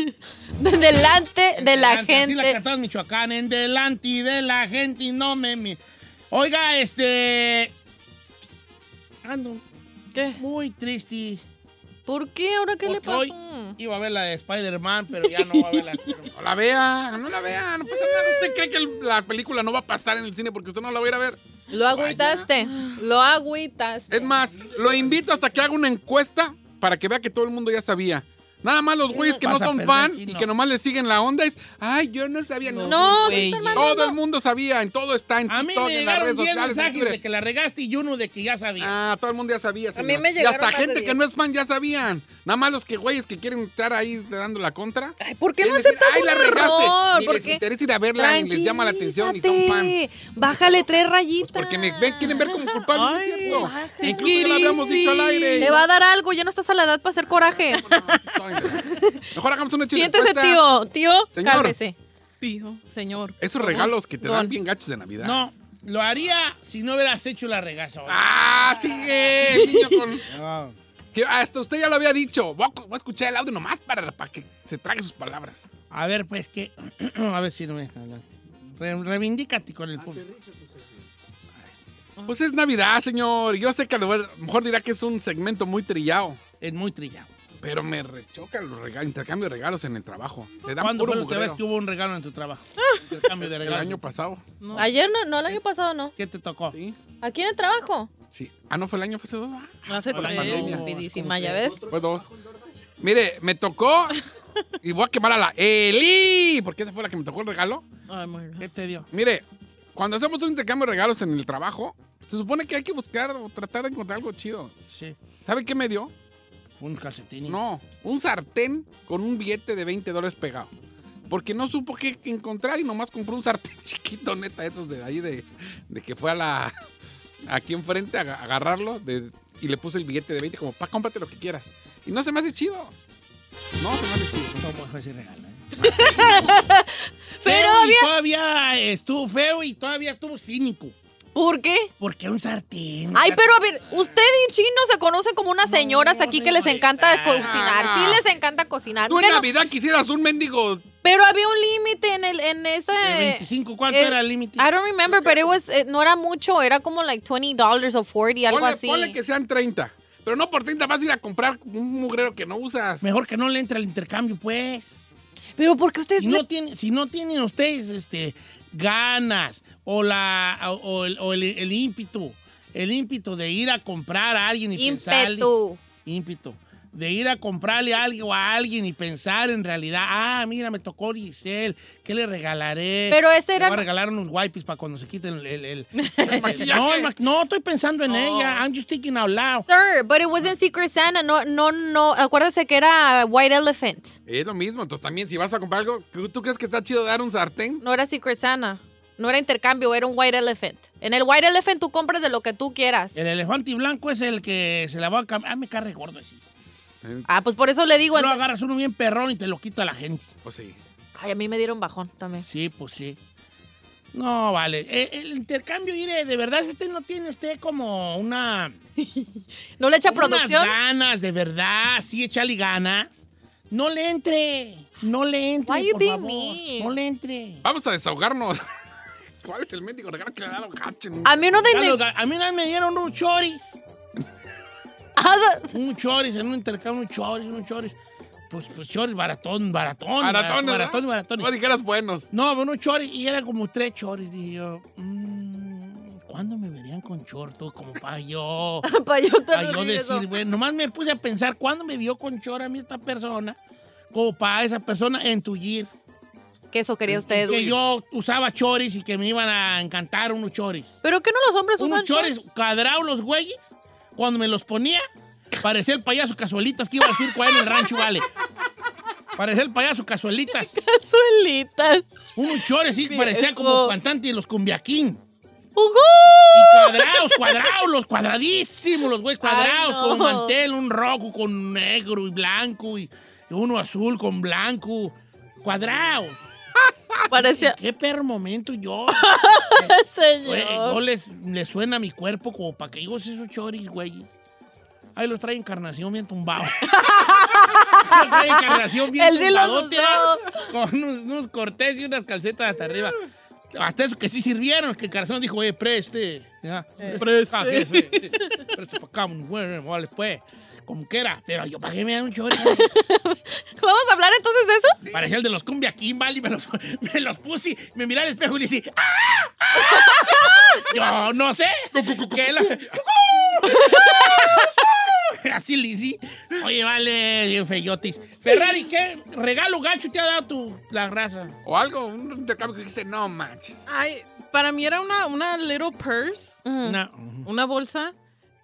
Speaker 5: Delante de la
Speaker 3: Delante, Así la
Speaker 5: gente.
Speaker 3: cantaba en Michoacán, en delante y de la gente y no me mirís. Oiga, este... Ando
Speaker 5: ¿Qué?
Speaker 3: muy triste.
Speaker 5: ¿Por qué? ¿Ahora qué le
Speaker 3: porque hoy
Speaker 5: pasó?
Speaker 3: iba a ver la de Spider-Man, pero ya no va a ver la...
Speaker 6: No la vea, no la vea, no pasa nada. ¿Usted cree que el- la película no va a pasar en el cine porque usted no la va a ir a ver?
Speaker 5: Lo agüitaste. Lo agüitaste.
Speaker 6: Es más, lo invito hasta que haga una encuesta para que vea que todo el mundo ya sabía. Nada más los güeyes que no
Speaker 3: Vas a
Speaker 6: son
Speaker 3: perder,
Speaker 6: fan
Speaker 3: Gino.
Speaker 6: y que nomás le siguen la onda es, ay, yo no sabía. No,
Speaker 5: No,
Speaker 2: Güey,
Speaker 5: sí está mal,
Speaker 6: todo
Speaker 5: no.
Speaker 6: el mundo sabía, en todo está, en
Speaker 3: A mí
Speaker 6: TikTok,
Speaker 3: me
Speaker 6: en las
Speaker 3: llegaron 10
Speaker 6: redes sociales. en
Speaker 3: mensajes
Speaker 6: Twitter.
Speaker 3: de que la regaste y uno de que ya sabía.
Speaker 6: Ah, todo el mundo ya sabía. señor.
Speaker 5: mí me
Speaker 6: y
Speaker 5: llegaron
Speaker 6: hasta
Speaker 5: más de
Speaker 6: gente que
Speaker 5: 10.
Speaker 6: no es fan ya sabían. Nada más los que güeyes que quieren entrar ahí dando la contra.
Speaker 5: Ay, ¿por qué no
Speaker 6: Quieren decir,
Speaker 5: aceptas
Speaker 6: Ay,
Speaker 5: un
Speaker 6: la regaste.
Speaker 5: error?
Speaker 6: Ni
Speaker 5: ¿Por
Speaker 6: les
Speaker 5: qué?
Speaker 6: interesa ir a verla, ni les llama la atención, ni son fan. Pues
Speaker 5: Tranquilízate. Bájale tres rayitas.
Speaker 6: Porque me ven- quieren ver como culpable, ¿no es
Speaker 2: Ay,
Speaker 6: cierto?
Speaker 2: baja.
Speaker 6: Incluso ya lo habíamos dicho al aire. pues,
Speaker 5: Te va a dar algo, ya no estás a la edad para hacer coraje.
Speaker 6: No, sí estoy. Mejor hagamos una chile.
Speaker 5: Siéntese,
Speaker 6: encuesta.
Speaker 5: tío. Tío,
Speaker 6: Señor.
Speaker 5: cálmese.
Speaker 2: Dijo, señor.
Speaker 6: Esos regalos que te dan
Speaker 5: Don.
Speaker 6: bien gachos de Navidad.
Speaker 3: No, lo haría si no hubieras hecho la regaza. hoy.
Speaker 6: ¡Ah, sigue! Niño con... Que hasta usted ya lo había dicho. Voy a, cu- voy a escuchar el audio nomás para, para que se trague sus palabras.
Speaker 3: A ver, pues que. A ver si no me. Re- Reivindícate con el público.
Speaker 6: Pues es Navidad, señor. Yo sé que a lo ver- mejor dirá que es un segmento muy trillado.
Speaker 3: Es muy trillado.
Speaker 6: Pero me rechoca los regalos, intercambio de regalos en el trabajo. Te dan
Speaker 3: ¿Cuándo
Speaker 6: puro
Speaker 3: fue la última vez
Speaker 6: mugrero.
Speaker 3: que hubo un regalo en tu trabajo? Intercambio de
Speaker 6: El año
Speaker 3: regalos.
Speaker 6: pasado.
Speaker 5: Ayer no, no, el año pasado no.
Speaker 3: ¿Qué te tocó?
Speaker 6: Sí.
Speaker 5: Aquí en el trabajo.
Speaker 6: Sí. Ah, no fue el año, fue hace dos. Ah,
Speaker 2: Hace
Speaker 6: Por la
Speaker 2: tres.
Speaker 6: pandemia.
Speaker 5: Rapidísima, ya ves.
Speaker 6: Fue dos. Pues Mire, me tocó. Y voy a quemar a la Eli, porque esa fue la que me tocó el regalo.
Speaker 2: Ay, my God.
Speaker 3: ¿Qué te dio?
Speaker 6: Mire, cuando hacemos un intercambio de regalos en el trabajo, se supone que hay que buscar o tratar de encontrar algo chido.
Speaker 3: Sí.
Speaker 6: ¿Sabe qué me dio?
Speaker 3: Un calcetín.
Speaker 6: No, un sartén con un billete de 20 dólares pegado. Porque no supo qué encontrar y nomás compró un sartén chiquito, neta, esos de ahí, de, de que fue a la. aquí enfrente a a agarrarlo de- y le puse el billete de 20 como, pa, cómprate lo que quieras. Y no se me hace chido. No se me hace chido.
Speaker 3: ¿Cómo fue ese regalo? eh? Feo
Speaker 5: Pero
Speaker 3: y
Speaker 5: había.
Speaker 3: todavía estuvo feo y todavía estuvo cínico.
Speaker 5: ¿Por qué?
Speaker 3: Porque un sartén.
Speaker 5: Ay, pero a ver, usted y Chino se conocen como unas señoras aquí que les encanta
Speaker 3: señorita.
Speaker 5: cocinar. Sí les encanta cocinar.
Speaker 6: Ah. Tú en
Speaker 5: Pero,
Speaker 6: Navidad quisieras un mendigo.
Speaker 5: pero había un límite en el en ese
Speaker 3: ¿De 25 cuánto
Speaker 5: eh,
Speaker 3: era el límite?
Speaker 5: I don't remember, pero it was, eh, no era mucho, era como like 20 dollars o 40, algo
Speaker 6: Ponle,
Speaker 5: así.
Speaker 6: ponle que sean 30. Pero no por 30 vas a ir a comprar un mugrero que no usas.
Speaker 3: Mejor que no le entre al intercambio, pues.
Speaker 5: Pero porque ustedes
Speaker 3: si no, tiene- si no tienen ustedes este, ganas o, la, o, o el, o el- el ímpetu, el ímpetu de ir a comprar a alguien y pensarle.
Speaker 5: ímpetu.
Speaker 3: Ímpetu. De ir a comprarle algo a alguien y pensar en realidad, ah, mira, me tocó Giselle, ¿qué le regalaré?
Speaker 5: Pero ese
Speaker 3: Le
Speaker 5: era-
Speaker 3: voy a regalar unos wipes para cuando se quiten el... el- el-
Speaker 6: maquillaje.
Speaker 3: no, el maqui- no, estoy pensando en ella. I'm just thinking out loud.
Speaker 5: Sir, but it wasn't Secret Santa. No, no, no. Acuérdese que era White Elephant.
Speaker 6: Es lo mismo. Entonces también si vas a comprar algo, ¿tú tú crees que está chido dar un sartén?
Speaker 5: No era Secret Santa. No era intercambio, era un White Elephant. En el White Elephant tú compras de lo que tú quieras.
Speaker 3: El elefante blanco es el que se la va a cambiar. Ah, me carre gordo así.
Speaker 5: Ah, pues por eso le digo.
Speaker 3: No
Speaker 5: ento-
Speaker 3: agarras uno bien perrón y te lo quita la gente.
Speaker 6: Pues sí.
Speaker 5: Ay, a mí me dieron bajón también.
Speaker 3: Sí, pues sí. No, vale. Eh, El, intercambio, mire, de verdad, usted no tiene usted como una...
Speaker 5: ¿No le echa
Speaker 3: unas
Speaker 5: producción?
Speaker 3: ganas, de verdad, sí, echale ganas. No le entre, no le entre,
Speaker 5: Why you
Speaker 3: por
Speaker 5: being
Speaker 3: favor.
Speaker 5: mean?
Speaker 3: No le entre.
Speaker 6: Vamos a desahogarnos. ¿Cuál es el mendigo regalo que le ha dado Gachin?
Speaker 3: Ah,
Speaker 5: A mí uno de...
Speaker 3: Ya los ga- a mí una vez me dieron un choris,
Speaker 5: Ah, o sea,
Speaker 3: un choris, en un intercambio, un choris, un choris. Pues, pues choris, baratón, baratón.
Speaker 6: Maratones, ¿verdad? Pues
Speaker 3: baratón, baratón.
Speaker 6: No dijeras buenos.
Speaker 3: No, bueno, choris, y eran como tres choris. Dije yo, mm, ¿cuándo me verían con chorto? Como para yo,
Speaker 5: para yo te
Speaker 3: para yo
Speaker 5: recibir eso.
Speaker 3: decir, bueno, nomás me puse a pensar, ¿cuándo me vio con chor a mí esta persona? Como para esa persona entullir.
Speaker 5: Que eso quería usted,
Speaker 3: Que
Speaker 5: güey.
Speaker 3: yo usaba choris y que me iban a encantar unos choris.
Speaker 5: ¿Pero qué no los hombres
Speaker 3: Unos
Speaker 5: usan shorts?
Speaker 3: choris cuadrados los güeyes, cuando me los ponía, parecía el payaso casuelitas que iba al circo ahí en el rancho, vale. Parecía el payaso casuelitas.
Speaker 5: Cazuelitas.
Speaker 3: Unos chores sí parecía como
Speaker 5: Viejo.
Speaker 3: cantante de los cumbiaquín.
Speaker 5: ¡Ujú!
Speaker 3: Y cuadrados, cuadrados, los cuadradísimos, los güeyes cuadrados,
Speaker 5: Ay, no.
Speaker 3: con mantel, un rojo con negro y blanco, y, y uno azul con blanco. Cuadrados.
Speaker 5: Parecía...
Speaker 3: Qué perro momento yo. Güey, no
Speaker 5: Señor.
Speaker 3: les, le suena a mi cuerpo como para que digo esos choris, güeyes. Ahí los trae encarnación bien tumbado. los trae encarnación bien
Speaker 5: Él sí los
Speaker 3: tumbadote,
Speaker 5: usó.
Speaker 3: ¿ah? Con unos, unos cortes y unas calcetas hasta arriba. Hasta eso que sí sirvieron, que encarnación dijo, eh, preste. ya, Preste. acá, jefe. Preste para acá, bueno, vale, pues. Como quiera. Pero yo pagué me dan un chori. güey.
Speaker 5: ¿Vamos a hablar entonces de eso?
Speaker 3: Parecía el de los cumbia Kimball y me los, me los puse, y me miré al espejo y le dije, ¡Ah! ¡Ah! Yo no sé. ¿Qué la- Así le hice. Oye, vale, bien feyotis. Ferrari, ¿qué regalo gacho te ha dado tu, la raza?
Speaker 6: O algo, un intercambio que dijiste, no manches.
Speaker 2: Ay, para mí era una, una little purse,
Speaker 5: Mm.
Speaker 3: Una-
Speaker 2: una bolsa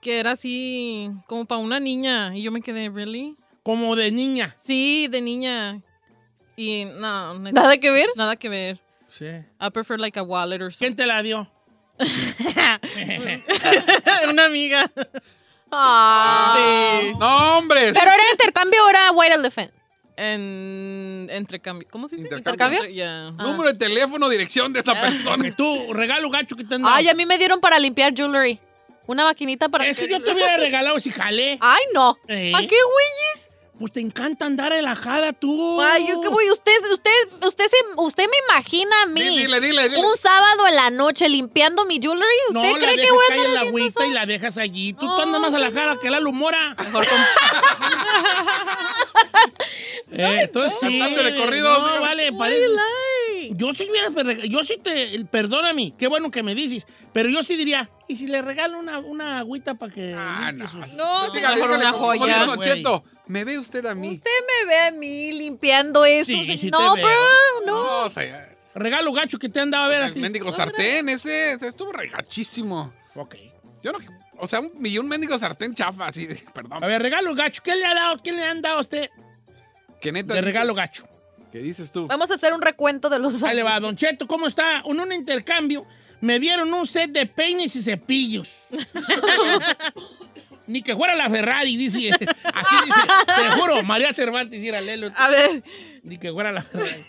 Speaker 2: que era así como para una niña. Y yo me quedé, ¿really?
Speaker 3: como de niña.
Speaker 2: Sí, de niña. Y no, no-
Speaker 5: Nada que ver.
Speaker 2: nada que ver.
Speaker 3: Sí.
Speaker 2: I prefer like a wallet or something.
Speaker 3: ¿Quién te la dio?
Speaker 2: una amiga.
Speaker 5: Ah.
Speaker 6: No, hombre.
Speaker 5: ¿Pero era intercambio o era White Elephant?
Speaker 2: En entrecambio. ¿Cómo se dice?
Speaker 6: Intercambio.
Speaker 2: Entre- yeah.
Speaker 5: Ah,
Speaker 6: Número de teléfono, dirección de esa
Speaker 3: Ah,
Speaker 6: persona.
Speaker 3: Que tú, regalo gacho que te han dado.
Speaker 5: Ay, a mí me dieron para limpiar jewelry. Una maquinita para...
Speaker 3: Eso yo te hubiera regalado si jalé.
Speaker 5: Ay, no.
Speaker 3: ¿Eh?
Speaker 5: ¿A qué güeyes?
Speaker 3: Pues te encanta andar relajada tú.
Speaker 5: Ay, yo qué voy. Usted, usted, usted, se, usted me imagina a mí.
Speaker 6: Di- Dile, dile, dile.
Speaker 5: Un sábado en la noche limpiando mi jewelry.
Speaker 3: No,
Speaker 5: ¿Usted
Speaker 3: la
Speaker 5: cree que
Speaker 3: dejas
Speaker 5: voy a
Speaker 3: caer en
Speaker 5: andar
Speaker 3: la
Speaker 5: haciendo
Speaker 3: agüita
Speaker 5: eso?
Speaker 3: y la dejas allí. Tú,
Speaker 5: No,
Speaker 3: tú andas más a la jara que la lumora.
Speaker 2: Mejor con-
Speaker 3: Eh, entonces sí.
Speaker 6: Cantante de corrido,
Speaker 3: No,
Speaker 6: dígame.
Speaker 3: vale, parece. Yo sí hubiera rega- yo sí te, perdóname, qué bueno que me dices, pero yo sí diría, ¿y si le regalo una, una agüita para que
Speaker 6: Ah,
Speaker 3: limpie
Speaker 6: no.
Speaker 3: sus-
Speaker 5: No,
Speaker 6: Dígale,
Speaker 2: mejor
Speaker 6: dígale,
Speaker 2: una
Speaker 6: como-
Speaker 2: joya.
Speaker 6: como Don
Speaker 3: Güey.
Speaker 6: Cheto, me ve usted a mí.
Speaker 5: Usted me ve a mí limpiando eso.
Speaker 3: Sí,
Speaker 5: señor.
Speaker 3: sí te
Speaker 5: no,
Speaker 3: veo.
Speaker 5: bro, no.
Speaker 6: No, o sea,
Speaker 3: regalo gacho que te han dado a ver a
Speaker 6: Pues el
Speaker 3: ti?
Speaker 6: mendigo sartén ese ese estuvo regachísimo.
Speaker 3: Ok.
Speaker 6: Yo no, o sea, un millón mendigo sartén chafa, así, de- perdón.
Speaker 3: A ver, regalo gacho, ¿qué le ha dado? ¿Qué le han dado a usted
Speaker 6: que neta
Speaker 3: de
Speaker 6: dices-
Speaker 3: regalo gacho?
Speaker 6: ¿Qué dices tú?
Speaker 5: Vamos a hacer un recuento de los
Speaker 3: Ahí le va, Don Cheto, ¿cómo está? En un intercambio me dieron un set de peines y cepillos. Ni que fuera la Ferrari, dice. Así dice. Te juro, María Cervantes, ir a Lelo.
Speaker 2: A ver.
Speaker 3: Ni que fuera la Ferrari.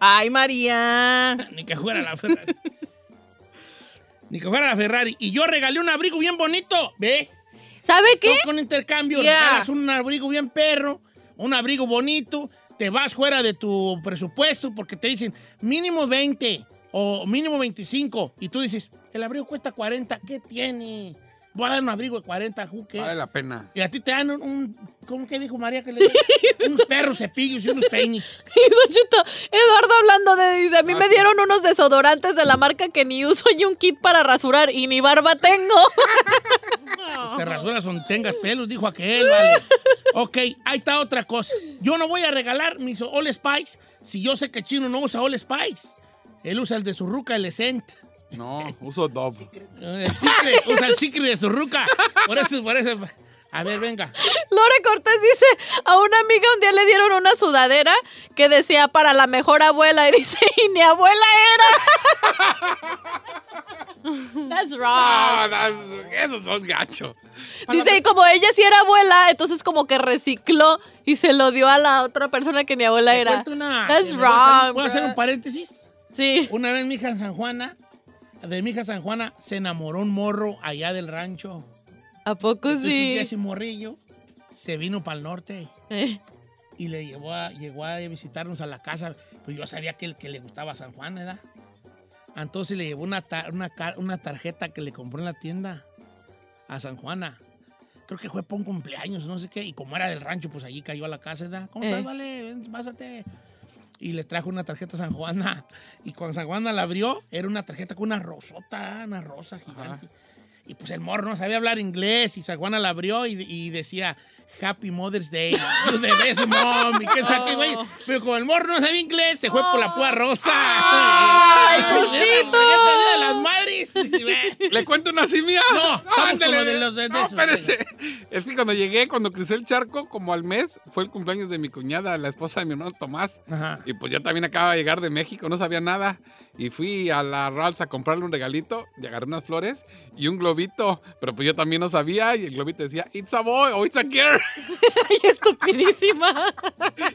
Speaker 2: Ay, María.
Speaker 3: Ni que fuera la Ferrari. Ni que fuera la Ferrari. Y yo regalé un abrigo bien bonito. ¿Ves?
Speaker 5: ¿Sabe qué?
Speaker 3: Tú con intercambio
Speaker 5: Ya.
Speaker 3: regalas un abrigo bien perro, un abrigo bonito, te vas fuera de tu presupuesto porque te dicen mínimo 20 o mínimo 25 y tú dices, el abrigo cuesta 40, ¿qué tiene? Voy a dar un abrigo de 40, ¿who cares?
Speaker 6: Vale la pena.
Speaker 3: Y a ti te dan un, un- ¿cómo que dijo María que le dio? unos perros cepillos y unos peines.
Speaker 5: Y Don Cheto, Eduardo hablando de dice, a mí
Speaker 6: Ah,
Speaker 5: me
Speaker 6: sí.
Speaker 5: dieron unos desodorantes de la marca que ni uso y un kit para rasurar y ni barba tengo.
Speaker 3: Te rasuras donde tengas pelos, dijo aquel, vale. Ok, ahí está otra cosa. Yo no voy a regalar mis All Spice si yo sé que Chino no usa All Spice. Él usa el de su ruca, el Essent. Eh,
Speaker 6: No, uso Dove.
Speaker 3: El secret, usa el secret de su ruca. Por eso, por eso. A ver, venga.
Speaker 5: Lore Cortés dice, a una amiga un día le dieron una sudadera que decía para la mejor abuela y dice, y mi abuela era. That's wrong.
Speaker 6: Ah, das- esos son gacho.
Speaker 5: Dice, y como ella sí era abuela, entonces como que recicló y se lo dio a la otra persona que ni abuela
Speaker 3: Te
Speaker 5: era.
Speaker 3: cuento una-
Speaker 5: That's
Speaker 3: ¿puedo
Speaker 5: wrong.
Speaker 3: hacer- ¿Puedo hacer
Speaker 5: bruh.
Speaker 3: un paréntesis?
Speaker 5: Sí.
Speaker 3: Una vez mi hija San Juana, de mi hija San Juana, se enamoró un morro allá del rancho.
Speaker 5: ¿A poco
Speaker 3: Entonces, Este un
Speaker 5: Pues sí?
Speaker 3: día ese morrillo se vino para el norte
Speaker 5: Eh,
Speaker 3: y le llevó a, llegó a visitarnos a la casa. Pues yo sabía que el que le gustaba a San Juan, ¿verdad? Entonces le llevó una, ta- una, car- una tarjeta que le compró en la tienda a San Juana. Creo que fue para un cumpleaños, no sé qué. Y como era del rancho, pues allí cayó a la casa, ¿verdad? ¿Cómo estás,
Speaker 5: Eh.
Speaker 3: vale? Ven, pásate. Y le trajo una tarjeta a San Juana. Y cuando San Juana la abrió, era una tarjeta con una rosota, una rosa gigante. Y pues el morro no sabía hablar inglés. Y San Juana la abrió y, y decía, Happy Mother's Day, you the best mom. Y que saque, güey. Pero como el morro no sabía inglés, se fue por la púa rosa.
Speaker 5: ¡Ay, Crucito!
Speaker 3: ¡Ay, las madres! Y ve.
Speaker 6: ¿Le cuento una simia?
Speaker 3: No, estamos con lo de los- de- de
Speaker 6: no,
Speaker 3: esos,
Speaker 6: espérese. Es que cuando llegué, cuando crucé el charco, como al mes, fue el cumpleaños de mi cuñada, la esposa de mi hermano Tomás.
Speaker 3: Ajá.
Speaker 6: Y pues ya también acaba de llegar de México, no sabía nada. Y fui a la Ralphs a comprarle un regalito, y agarré unas flores y un globito. Pero pues yo también no sabía, y el globito decía, It's a boy o It's a girl.
Speaker 5: Ay, estupidísima.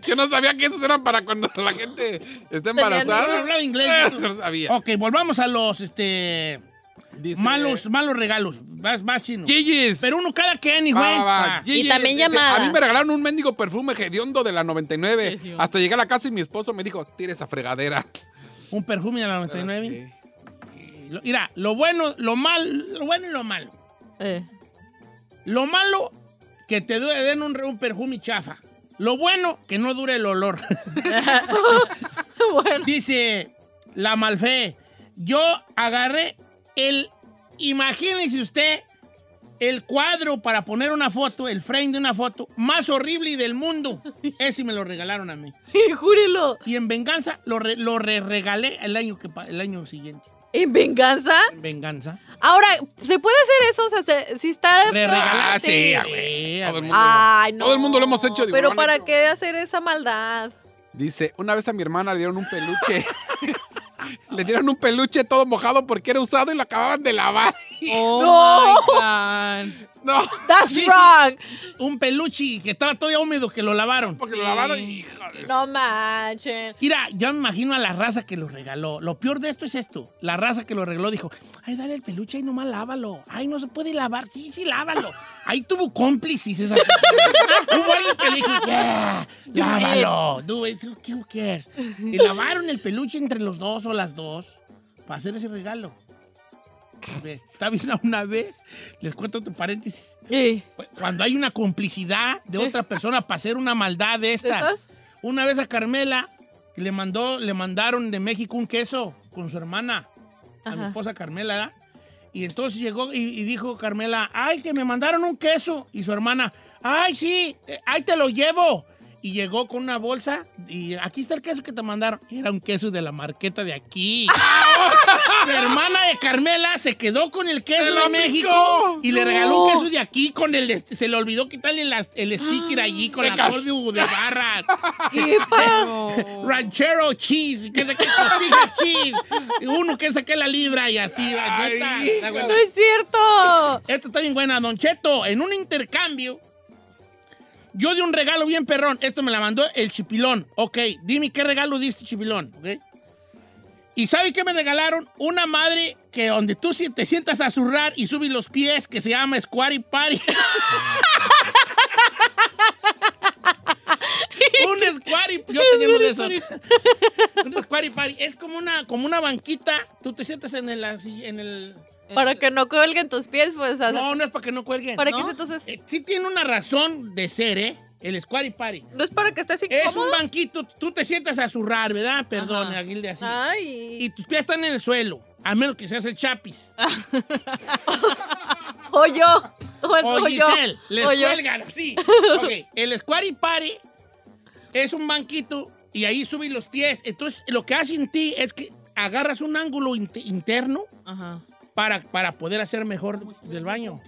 Speaker 6: Yo no sabía que esos eran para cuando la gente está
Speaker 3: Yo no
Speaker 6: embarazada. Eh,
Speaker 3: hablaba inglés.
Speaker 6: Eso no sabía.
Speaker 3: Ok, volvamos a los este,
Speaker 6: Dice,
Speaker 3: malos, malos regalos. Más, más chino.
Speaker 6: Gigis.
Speaker 3: Pero uno cada quien, hijo.
Speaker 6: Va, va, va.
Speaker 3: Ah.
Speaker 5: Y
Speaker 6: Gigi,
Speaker 5: también
Speaker 6: dice,
Speaker 5: llamadas.
Speaker 6: A mí me regalaron un mendigo perfume hediondo de la 99.
Speaker 2: Hediondo.
Speaker 6: Hasta llegué a la casa y mi esposo me dijo, tira esa fregadera.
Speaker 3: Un perfume de la 99. Eh, Lo- Mira, lo bueno, lo mal, lo bueno y lo malo.
Speaker 5: Eh,
Speaker 3: Lo malo, que te dure- den un, un perfume chafa. Lo bueno, que no dure el olor.
Speaker 5: bueno.
Speaker 3: Dice la Malfe, yo agarré el, imagínese usted, el cuadro para poner una foto, el frame de una foto más horrible del mundo. Ese me lo regalaron a mí.
Speaker 5: Júrelo.
Speaker 3: Y en venganza lo, re- lo re- regalé el año, que, pa- el año siguiente.
Speaker 5: ¿En venganza?
Speaker 3: En venganza.
Speaker 5: Ahora, ¿se puede hacer eso? O sea, se- si está...
Speaker 3: Le regalé.
Speaker 6: Ah, sí, a
Speaker 3: Sí,
Speaker 6: huevo. Todo el mundo
Speaker 5: Ay,
Speaker 6: lo-
Speaker 5: no.
Speaker 6: Todo el mundo lo hemos hecho. digo, lo
Speaker 5: Pero
Speaker 6: han
Speaker 5: ¿para
Speaker 6: hecho.
Speaker 5: qué hacer esa maldad?
Speaker 6: Dice, una vez a mi hermana le dieron un peluche. le dieron un peluche todo mojado porque era usado y lo acababan de lavar.
Speaker 2: Oh my God.
Speaker 6: no,
Speaker 5: That's
Speaker 3: Sí, sí.
Speaker 5: wrong.
Speaker 3: Un peluche que estaba todavía húmedo que lo lavaron.
Speaker 6: porque lo lavaron y... joder.
Speaker 5: No manchen.
Speaker 3: Mira, yo me imagino a la raza que lo regaló. Lo peor de esto es esto. La raza que lo regaló dijo, ay, dale el peluche, ay, nomás lávalo. Ay, no se puede lavar. Sí, sí, lávalo. Ahí tuvo cómplices esa persona. Hubo alguien que le dijo, yeah, lávalo. Do it. Who cares? Y lavaron el peluche entre los dos o las dos para hacer ese regalo. Ok, Está bien una vez, les cuento otro paréntesis.
Speaker 5: Eh,
Speaker 3: Cuando hay una complicidad de otra persona para hacer una maldad de
Speaker 5: ¿De
Speaker 3: estas.
Speaker 5: estas?
Speaker 3: Una vez a Carmela le mandó, le mandaron de México un queso con su hermana, a mi
Speaker 5: Ajá.
Speaker 3: esposa Carmela, ¿verdad? Y entonces llegó y, y dijo Carmela, ay, que me mandaron un queso. Y su hermana, ay, sí, eh, ahí te lo llevo. Y llegó con una bolsa y aquí está el queso que te mandaron. Era un queso de la marqueta de aquí. su hermana de Carmela se quedó con el queso de México y le regaló un queso de aquí con el... est- Se le olvidó quitarle las- el sticker allí con la cordu de barras.
Speaker 5: ¿Qué pa-
Speaker 3: Ranchero cheese, que saqué cotija cheese, y uno que saqué la libra y así. va,
Speaker 6: Ay,
Speaker 3: neta, está buena.
Speaker 5: ¡No es cierto!
Speaker 3: Esta está bien buena, Don Cheto. En un intercambio, yo di un regalo bien perrón. Esto me la mandó el chipilón. Ok, dime qué regalo diste, chipilón. Ok. ¿Y sabe qué me regalaron? Una madre que donde tú si- te sientas a zurrar y subes los pies, que se llama Squatty Party. un Squatty Yo tenemos de esos. un Squatty Party. Es como una, como una banquita. Tú te sientas en el... así- En el
Speaker 5: Para que no cuelguen tus pies, pues. o sea,
Speaker 3: no, no es para que no cuelguen.
Speaker 5: ¿Para
Speaker 3: ¿no?
Speaker 5: qué es entonces?
Speaker 3: Eh, sí tiene una razón de ser, ¿eh? El Squatty Party.
Speaker 5: No es para que estés
Speaker 3: Es un
Speaker 5: incómodo.
Speaker 3: banquito, tú te sientas a zurrar, ¿verdad? Perdón, Aguilde, así.
Speaker 5: Ay.
Speaker 3: Y tus pies están en el suelo, a menos que seas el chapis.
Speaker 5: Ah, O yo. O, es-
Speaker 3: o
Speaker 5: o yo.
Speaker 3: Giselle, les
Speaker 5: o yo.
Speaker 3: cuelgan así. Ok, el Squatty Party es un banquito y ahí subes los pies. Entonces, lo que hace en ti es que agarras un ángulo inte- interno
Speaker 2: Ajá.
Speaker 3: para, para poder hacer mejor del baño.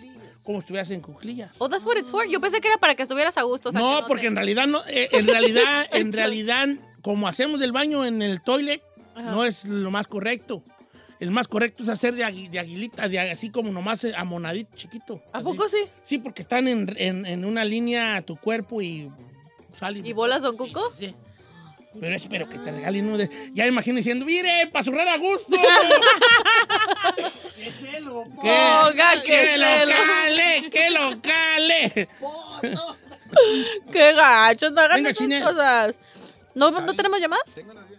Speaker 3: Como estuvieras en cuclillas.
Speaker 5: Oh, that's what it's for. Yo pensé que era para que estuvieras a gusto. o sea,
Speaker 3: no,
Speaker 5: que
Speaker 3: porque
Speaker 5: te-
Speaker 3: en realidad no, eh, en realidad, en realidad, como hacemos del baño en el toilet, no es lo más correcto. El más correcto es hacer de, agui- de aguilita, de a- así como nomás eh, amonadito, chiquito.
Speaker 5: ¿A
Speaker 3: así.
Speaker 5: poco sí?
Speaker 3: Sí, porque están en, en- en una línea tu cuerpo y sale.
Speaker 5: ¿Y bolas son cuco?
Speaker 3: Sí, sí, sí. Pero espero que te regalen uno de. Ya me imagino diciendo, mire, para zurrar a gusto.
Speaker 5: Oiga,
Speaker 3: ¡Que
Speaker 5: qué
Speaker 3: lo
Speaker 5: celo.
Speaker 3: cale! ¡Que lo cale!
Speaker 5: Qué gacho, no hagan
Speaker 3: Venga,
Speaker 5: esas
Speaker 3: Chine.
Speaker 5: cosas. ¿No, ¿No tenemos llamadas?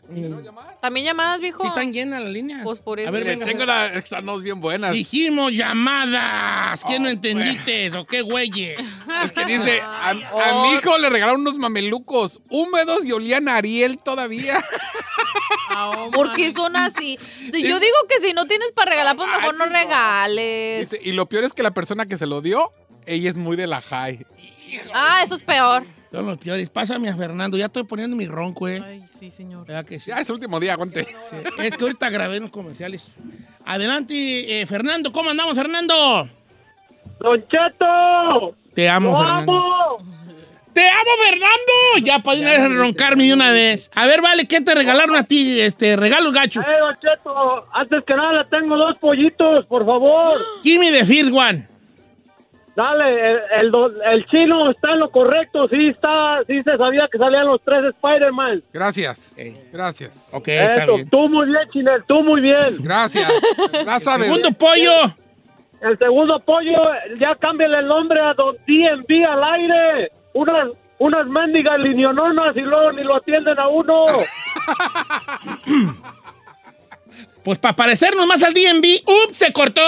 Speaker 5: Mm. ¿También llamadas, viejo?
Speaker 3: Sí, están llenas las líneas.
Speaker 5: Pues por eso.
Speaker 3: A ver,
Speaker 5: Mire,
Speaker 3: venga.
Speaker 6: Tengo las. Están dos bien buenas.
Speaker 3: Dijimos llamadas. ¿Qué no
Speaker 6: Oh,
Speaker 3: entendiste? ¿O qué güeyes?
Speaker 6: Es que dice, a, a mi hijo le regalaron unos mamelucos húmedos y olían a Ariel todavía.
Speaker 5: ¿Por qué son así? Si yo digo que si no tienes para regalar, pues mejor no regales.
Speaker 6: Dice, y lo peor es que la persona que se lo dio, ella es muy de la high.
Speaker 5: Ah, eso es peor.
Speaker 3: Son los peores. Pásame a Fernando. Ya estoy poniendo mi ronco, ¿eh?
Speaker 2: Ay, sí, señor.
Speaker 3: ¿Verdad que sí?
Speaker 6: Ya ah, es el último día, aguante.
Speaker 3: Eh, Es que ahorita grabé unos comerciales. Adelante, eh, Fernando. ¿Cómo andamos, Fernando?
Speaker 7: ¡Don Cheto!
Speaker 3: Te amo,
Speaker 7: ¡Lo
Speaker 3: Fernando.
Speaker 7: amo!
Speaker 3: ¡Te amo, Fernando! Ya para de una vez roncarme de una vez. A ver, vale, ¿qué te regalaron a ti? Este, regalos gachos.
Speaker 7: ¡Eh, Don Cheto! Antes que nada, le tengo dos pollitos, por favor.
Speaker 3: Gimme the first one.
Speaker 7: Dale, el, el, do- el chino está en lo correcto. Sí, está, sí se sabía que salían los tres Spider-Man.
Speaker 6: Gracias. Gracias.
Speaker 3: Ok, está
Speaker 7: Eso,
Speaker 3: bien.
Speaker 7: tú muy bien, Chinel, tú muy bien.
Speaker 6: Gracias. Ya sabes.
Speaker 3: Segundo pollo.
Speaker 7: El segundo pollo, ya cámbiale el nombre a Don DMV al aire. Unas, unas mendigas liniononas y luego ni lo atienden a uno.
Speaker 3: Pues para parecernos más al DNB, ¡ups! Se cortó.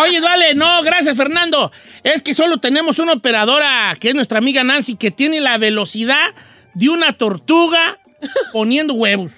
Speaker 3: Oye, vale, no, gracias, Fernando. Es que solo tenemos una operadora, que es nuestra amiga Nancy, que tiene la velocidad de una tortuga poniendo huevos.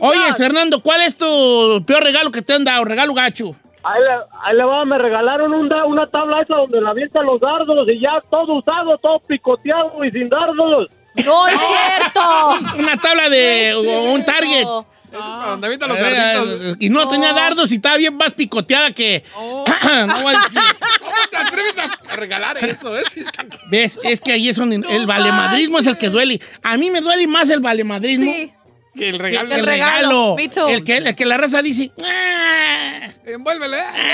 Speaker 3: Oye, Fernando, ¿cuál es tu peor regalo que te han dado? Regalo gacho.
Speaker 7: Ahí le, ahí le va, me regalaron un da- una tabla esa donde la avientan los dardos y ya todo usado, todo picoteado y sin dardos.
Speaker 5: No es cierto.
Speaker 3: Una tabla de o un target.
Speaker 6: Eso es para donde avientan los
Speaker 3: Eh,
Speaker 6: darditos.
Speaker 3: Y no, tenía dardos y estaba bien más picoteada que... No voy a decir.
Speaker 6: ¿Cómo te atreves a- a regalar eso? ¿eh? Es, es-
Speaker 3: ¿Ves? Es que ahí es donde el valemadrismo es el que duele. A mí me duele más el valemadrismo
Speaker 5: Sí.
Speaker 6: que el
Speaker 3: que
Speaker 6: regalo.
Speaker 3: el,
Speaker 5: El
Speaker 3: regalo.
Speaker 5: regalo. Me too.
Speaker 3: El, que, el que la raza dice. "Ah,
Speaker 6: Envuélvele. ¿eh?
Speaker 5: ¿Qué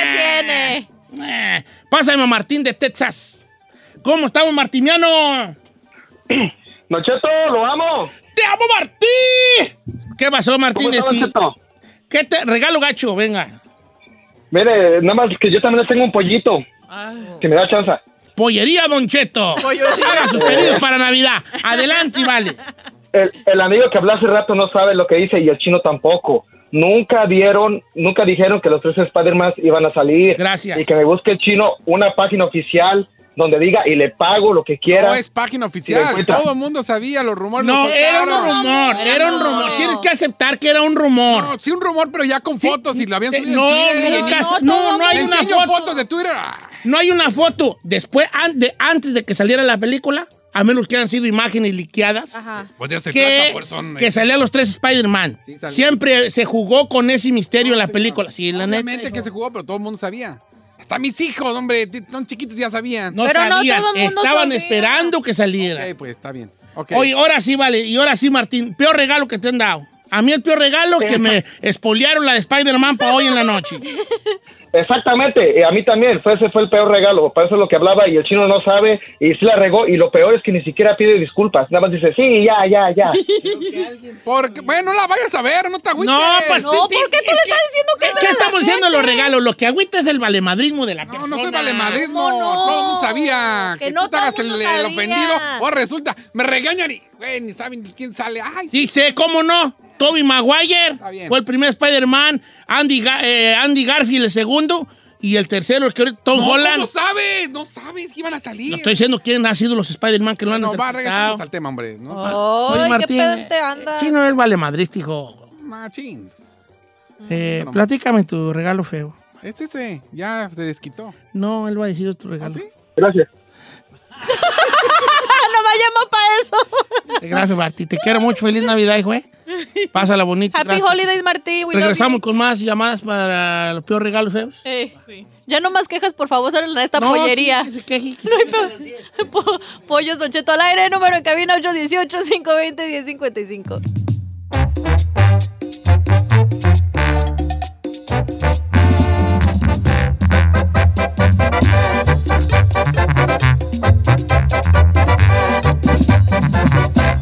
Speaker 3: Eh.
Speaker 5: tiene?
Speaker 3: ah". Pásame a Martín de Texas. ¿Cómo estamos, Martiniano?
Speaker 7: Don Cheto, lo amo.
Speaker 3: ¡Te amo, Martín! ¿Qué pasó,
Speaker 7: ¿Cómo
Speaker 3: Martín?
Speaker 7: está, Don
Speaker 3: Este,
Speaker 7: Cheto?
Speaker 3: ¿Qué te regalo, gacho? Venga.
Speaker 7: Mire, nada más que yo también les tengo un pollito,
Speaker 2: Ay.
Speaker 7: si me da chance.
Speaker 3: Pollería, Don Cheto. Haga sus pedidos para Navidad. Adelante, y vale.
Speaker 7: El, el amigo que habló hace rato no sabe lo que dice y el chino tampoco. Nunca dieron, nunca dijeron que los tres Spider-Man iban a salir.
Speaker 3: Gracias.
Speaker 7: Y que me busque el chino una página oficial donde diga y le pago lo que quiera.
Speaker 6: No es página
Speaker 7: Mira,
Speaker 6: oficial.
Speaker 7: encuentra.
Speaker 6: Todo el mundo sabía, los rumores.
Speaker 3: No,
Speaker 6: los
Speaker 3: era
Speaker 6: soltaron.
Speaker 3: un rumor. Era un rumor. Tienes que aceptar que era un rumor.
Speaker 6: No, sí, un rumor, pero ya con fotos y lo habían
Speaker 3: Te- eh,
Speaker 6: subido. en
Speaker 3: No,
Speaker 6: Twitter.
Speaker 3: ni
Speaker 5: no,
Speaker 3: caso.
Speaker 5: no,
Speaker 3: No,
Speaker 5: todo
Speaker 3: no hay
Speaker 6: Te
Speaker 3: una
Speaker 6: enseño
Speaker 3: foto.
Speaker 6: fotos de Twitter. Ah,
Speaker 3: No hay una foto. Después, an- de- antes de que saliera la película, a menos que hayan sido imágenes liqueadas,
Speaker 5: Ajá.
Speaker 6: Pues de eso se trata,
Speaker 3: que,
Speaker 6: por son.
Speaker 3: que salían los tres Spider-Man.
Speaker 6: Sí, salió.
Speaker 3: Siempre se jugó con ese misterio en la película. Sí, la neta.
Speaker 6: Obviamente que se jugó, pero todo el mundo sabía. Hasta mis hijos, hombre, t- son chiquitos ya sabían.
Speaker 3: No
Speaker 5: Pero no
Speaker 3: sabían.
Speaker 5: todo el mundo
Speaker 3: Estaban
Speaker 5: sabía.
Speaker 3: esperando que saliera.
Speaker 6: Ok, pues está bien. Ok.
Speaker 3: Oye, ahora sí, vale. Y ahora sí, Martín. Peor regalo que te han dado. A mí el peor regalo es que me espolearon la de Spider-Man para hoy en la noche.
Speaker 7: Exactamente, y a mí también, fue, ese fue el peor regalo, para eso es lo que hablaba y el chino no sabe y sí la regó y lo peor es que ni siquiera pide disculpas, nada más dice, sí, ya, ya, ya.
Speaker 6: Porque, bueno, no la vayas a ver, no te agüites.
Speaker 3: No, pues
Speaker 5: No,
Speaker 3: sí,
Speaker 5: ¿por
Speaker 3: sí,
Speaker 5: qué
Speaker 3: es
Speaker 5: tú le
Speaker 3: que-
Speaker 5: estás diciendo que es
Speaker 3: ¿Qué
Speaker 5: de la
Speaker 3: estamos diciendo
Speaker 5: gente?
Speaker 3: los regalos? Lo que agüita es el valemadrismo de la
Speaker 6: No,
Speaker 3: persona.
Speaker 6: no soy valemadrismo.
Speaker 5: ¿Cómo no?
Speaker 6: Todo el mundo sabía.
Speaker 5: Que no
Speaker 6: tú te hagas
Speaker 5: todo el
Speaker 6: el,
Speaker 5: mundo
Speaker 6: el
Speaker 5: sabía.
Speaker 6: ofendido. O resulta, me regañan y, güey, ni saben ni quién sale. Ay,
Speaker 3: Sí sé, ¿cómo no? Toby Maguire
Speaker 6: Está bien.
Speaker 3: fue el primer Spider-Man, Andy, Ga- eh, Andy Garfield el segundo y el tercero, el que ahorita- Tom
Speaker 6: no,
Speaker 3: Holland.
Speaker 6: ¿cómo sabes? No sabes que iban a salir.
Speaker 3: No estoy diciendo quién ha sido los Spider-Man que lo han
Speaker 6: No, va, regresamos
Speaker 3: interpretado.
Speaker 6: al tema, hombre. No,
Speaker 5: Ay, qué
Speaker 3: eh,
Speaker 5: pedo te anda.
Speaker 3: Sí, no es valemadrístico.
Speaker 6: machín. Mm,
Speaker 3: Eh, platícame tu regalo feo.
Speaker 6: Es ese, ya se desquitó.
Speaker 3: No, él va a decir tu regalo.
Speaker 6: sí?
Speaker 7: Gracias.
Speaker 5: Ah, no me llama para eso.
Speaker 3: Gracias, Martín. Te quiero mucho. Feliz Navidad, hijo. eh. Pásala bonita.
Speaker 5: Happy
Speaker 3: gracias.
Speaker 5: holidays, Martí. we love you.
Speaker 3: Regresamos con más llamadas para los peores regalos feos.
Speaker 5: Eh, Ya no más quejas, por favor, salen a esta
Speaker 3: No,
Speaker 5: pollería.
Speaker 3: sí, que se queje.
Speaker 5: No hay pedo. Po- Pollos Don Cheto al aire, número en cabina 818-520-1055.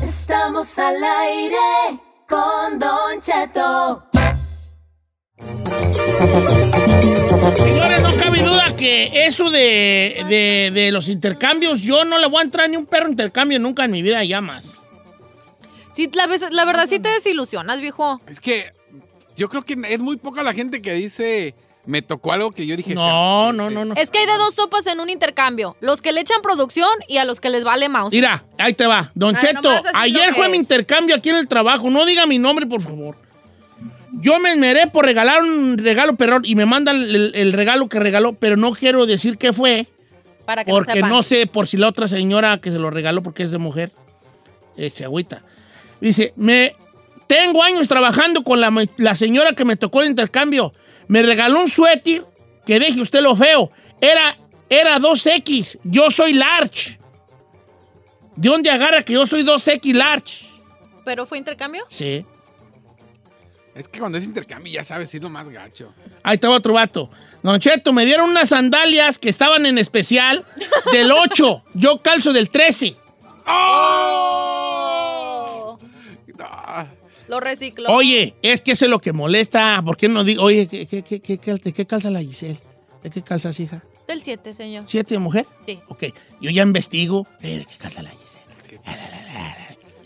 Speaker 8: Estamos Cheto.
Speaker 3: Señores, no cabe duda que eso de, de- de los intercambios, yo no le voy a entrar ni un perro intercambio nunca en mi vida ya más.
Speaker 5: Sí, la, vez- la verdad sí te desilusionas, viejo.
Speaker 6: Es que yo creo que es muy poca la gente que dice, me tocó algo que yo dije.
Speaker 3: No, no, no, no.
Speaker 5: Es que hay de dos sopas en un intercambio. Los que le echan producción y a los que les vale mouse.
Speaker 3: Mira, ahí te va. Don
Speaker 5: Ah,
Speaker 3: Cheto,
Speaker 5: nomás así
Speaker 3: ayer
Speaker 5: lo
Speaker 3: fue
Speaker 5: que
Speaker 3: mi
Speaker 5: es.
Speaker 3: intercambio aquí en el trabajo. No diga mi nombre, por favor. Yo me esmeré por regalar un regalo, perrón, y me mandan el, el regalo que regaló, pero no quiero decir qué fue,
Speaker 5: para que
Speaker 3: porque
Speaker 5: sepan.
Speaker 3: no sé por si la otra señora que se lo regaló, porque es de mujer, eh, se agüita. Dice, me tengo años trabajando con la, la señora que me tocó el intercambio. Me regaló un suéter que deje usted lo feo. Era, era 2X. Yo soy large. ¿De dónde agarra que yo soy 2X large?
Speaker 5: ¿Pero fue intercambio?
Speaker 3: Sí.
Speaker 6: Es que cuando es intercambio ya sabes, es lo más gacho.
Speaker 3: Ahí estaba otro vato. Don Cheto, me dieron unas sandalias que estaban en especial del 8. Yo calzo del 13.
Speaker 6: Ah,
Speaker 5: Oh, Lo recicló.
Speaker 3: Oye, es que eso es lo que molesta. ¿Por qué no digo? Oye, ¿qué, qué, qué, qué, cal- de qué calza la Giselle? ¿De qué calzas, hija?
Speaker 5: Del 7, señor.
Speaker 3: ¿Siete de mujer?
Speaker 5: Sí.
Speaker 3: Ok, yo ya investigo. Eh, ¿De qué calza la
Speaker 6: Sí.
Speaker 3: Giselle?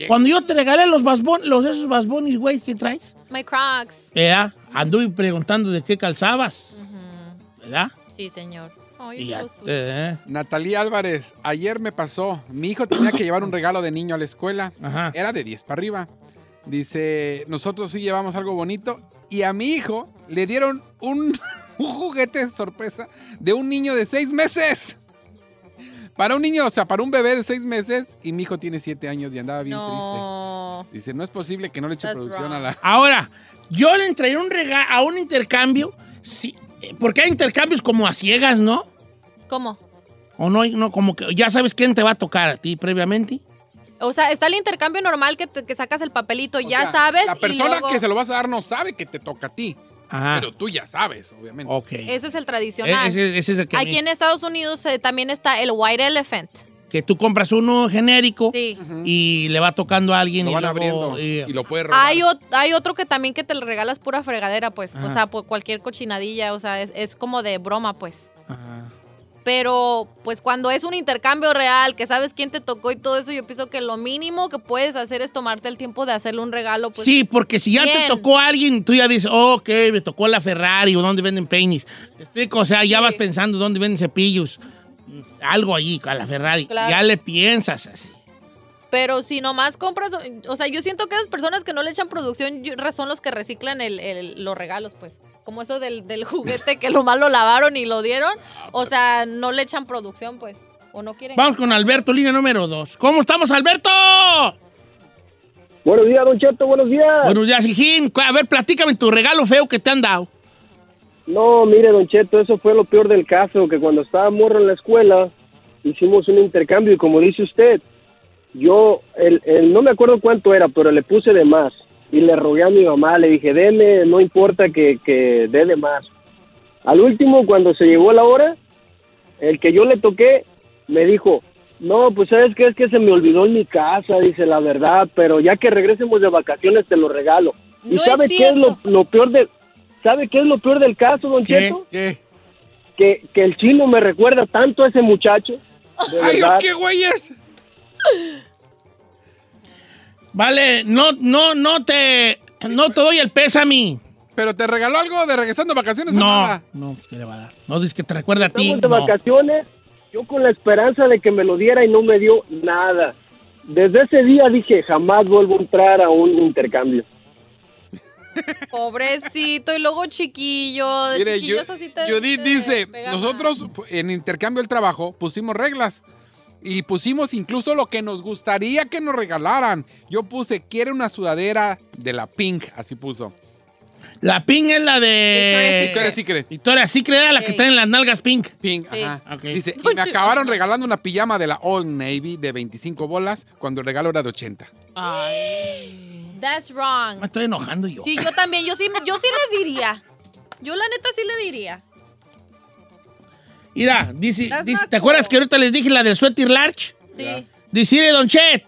Speaker 3: Cuando yo te regalé los basbon, los esos basbonis, güey, que traes,
Speaker 5: My Crocs.
Speaker 3: ¿verdad? Anduve preguntando de qué calzabas, ¿verdad?
Speaker 5: Mm, Sí, señor. Ay,
Speaker 3: Y ya,
Speaker 5: so sweet.
Speaker 3: eh,
Speaker 6: Natalie Álvarez, ayer me pasó, mi hijo tenía que llevar un regalo de niño a la escuela,
Speaker 3: Ajá.
Speaker 6: era de 10 para arriba. Dice, nosotros sí llevamos algo bonito y a mi hijo le dieron un, un juguete de sorpresa de un niño de 6 meses. Para un niño, o sea, para un bebé de 6 meses y mi hijo tiene 7 años y andaba bien
Speaker 5: No.
Speaker 6: triste. Dice, no es posible que no le eche
Speaker 5: That's
Speaker 6: producción a
Speaker 5: wrong.
Speaker 6: la...
Speaker 3: Ahora, yo le entregué un regalo a un intercambio, sí, eh, porque hay intercambios como a ciegas, ¿no?
Speaker 5: ¿Cómo?
Speaker 3: O no, hay- no, como que ya sabes quién te va a tocar a ti previamente.
Speaker 5: O sea, está el intercambio normal que, te- que sacas el papelito,
Speaker 6: O
Speaker 5: ya
Speaker 6: sea,
Speaker 5: sabes.
Speaker 6: La
Speaker 5: y
Speaker 6: persona
Speaker 5: luego-
Speaker 6: que se lo vas a dar no sabe que te toca a ti,
Speaker 3: Ajá.
Speaker 6: pero tú ya sabes, obviamente.
Speaker 3: ok.
Speaker 5: Ese es el
Speaker 3: E-
Speaker 5: tradicional.
Speaker 3: Ese, ese es el que,
Speaker 5: Aquí en Estados Unidos eh, también está el White Elephant.
Speaker 3: que tú compras uno genérico
Speaker 5: Sí.
Speaker 3: y le va tocando a alguien
Speaker 6: Lo
Speaker 3: y
Speaker 6: van
Speaker 3: luego,
Speaker 6: abriendo
Speaker 3: eh,
Speaker 6: y lo puedes robar.
Speaker 5: Hay, ot- hay otro que también que te le regalas pura fregadera, pues.
Speaker 3: Ajá.
Speaker 5: O sea, por cualquier cochinadilla. O sea, es, es como de broma, pues.
Speaker 3: ajá.
Speaker 5: Pero, pues, cuando es un intercambio real, que sabes quién te tocó y todo eso, yo pienso que lo mínimo que puedes hacer es tomarte el tiempo de hacerle un regalo. Pues,
Speaker 3: sí, porque si ya te
Speaker 5: bien.
Speaker 3: tocó a alguien, tú ya dices, oh, ok, me tocó la Ferrari o dónde venden peinis. ¿Me explico? O sea, ya
Speaker 5: Sí.
Speaker 3: vas pensando dónde venden cepillos. Algo allí, a la Ferrari.
Speaker 5: Claro.
Speaker 3: Ya le piensas así.
Speaker 5: Pero si nomás compras, o sea, yo siento que esas personas que no le echan producción yo- son los que reciclan el- el- los regalos, pues. Como eso del, del juguete que lo más lo lavaron y lo dieron.
Speaker 6: Ah,
Speaker 5: O sea, no le echan producción, pues. O no quieren.
Speaker 3: Vamos con Alberto, línea número dos. ¿Cómo estamos, Alberto?
Speaker 7: Buenos días, Don Cheto, buenos días.
Speaker 3: Buenos días, Hijín. A ver, platícame tu regalo feo que te han dado.
Speaker 7: No, mire, Don Cheto, eso fue lo peor del caso, que cuando estaba morro en la escuela, hicimos un intercambio y como dice usted, yo, el, el- no me acuerdo cuánto era, pero le puse de más y le rogué a mi mamá, le dije, deme, no importa que, que dé de más. Al último, cuando se llegó la hora, el que yo le toqué me dijo, no, pues sabes qué, es que se me olvidó en mi casa, dice la verdad, pero ya que regresemos de vacaciones te lo regalo. ¿Y
Speaker 5: No es
Speaker 7: sabe qué es lo,
Speaker 5: cierto.
Speaker 7: lo peor de, sabe qué es lo peor del caso, don
Speaker 3: ¿Qué?
Speaker 7: Cheto? Que, que el chino me recuerda tanto a ese muchacho. De
Speaker 6: ¡Ay,
Speaker 7: verdad.
Speaker 6: qué güeyes!
Speaker 3: Vale, no, no, no te, no te doy el pésame.
Speaker 6: ¿Pero te regaló algo de regresando de vacaciones o
Speaker 3: No,
Speaker 6: nada?
Speaker 3: no, pues, ¿qué le va a dar? No, dices que te recuerda a ti.
Speaker 7: Estamos de
Speaker 3: no.
Speaker 7: vacaciones, yo con la esperanza de que me lo diera y no me dio nada. Desde ese día dije, jamás vuelvo a entrar a un intercambio.
Speaker 5: Pobrecito, y luego chiquillo.
Speaker 6: Mire, Ju-
Speaker 5: chiquillos así te-
Speaker 6: Judith
Speaker 5: te
Speaker 6: dice,
Speaker 5: pegan más.
Speaker 6: nosotros pu- en intercambio del trabajo pusimos reglas y pusimos incluso lo que nos gustaría que nos regalaran. Yo puse, quiere una sudadera de la Pink, así puso.
Speaker 3: La pink es la
Speaker 5: Victoria's
Speaker 6: ¿Qué
Speaker 3: de.
Speaker 5: Secret.
Speaker 6: eres, sí crees?
Speaker 3: Victoria Secret era la que
Speaker 5: Sí.
Speaker 3: traen las nalgas pink.
Speaker 6: Pink,
Speaker 5: Sí.
Speaker 6: ajá.
Speaker 3: Ok.
Speaker 6: Dice, y me acabaron regalando una pijama de la Old Navy de 25 bolas cuando el regalo era de 80.
Speaker 5: That's wrong.
Speaker 3: Me estoy enojando yo.
Speaker 5: Sí, yo también. Yo sí, yo sí les diría. Yo la neta sí le diría.
Speaker 3: Mira, dice,
Speaker 5: Estás
Speaker 3: dice-
Speaker 5: loco.
Speaker 3: ¿te acuerdas que ahorita les dije la del suéter large?
Speaker 5: Sí.
Speaker 3: Dice, "Mire, Don Chet,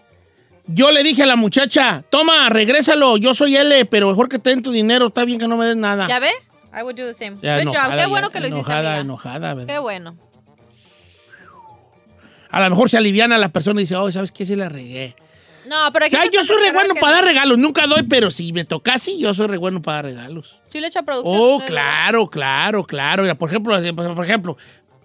Speaker 3: Yo le dije a la muchacha, toma, regrésalo, yo soy L, pero mejor que te den tu dinero, está bien que no me des nada.
Speaker 5: ¿Ya ve? I would do the same.
Speaker 3: Ya
Speaker 5: Good
Speaker 3: enojada,
Speaker 5: job. Qué
Speaker 3: ya
Speaker 5: bueno que lo hiciste,
Speaker 3: enojada,
Speaker 5: amiga.
Speaker 3: Enojada, ¿verdad?
Speaker 5: Qué bueno.
Speaker 3: A lo mejor se aliviana la persona y dice, oh, ¿sabes qué? Se la regué.
Speaker 5: No, pero
Speaker 3: O
Speaker 5: aquí...
Speaker 3: sea, yo soy re bueno para dar
Speaker 5: dar...
Speaker 3: regalos. Nunca doy, pero si me toca sí, yo soy re bueno para dar regalos.
Speaker 5: Sí le echa producción.
Speaker 3: Oh,
Speaker 5: no es verdad.
Speaker 3: claro, claro, claro. Mira, por ejemplo, eh, por ejemplo,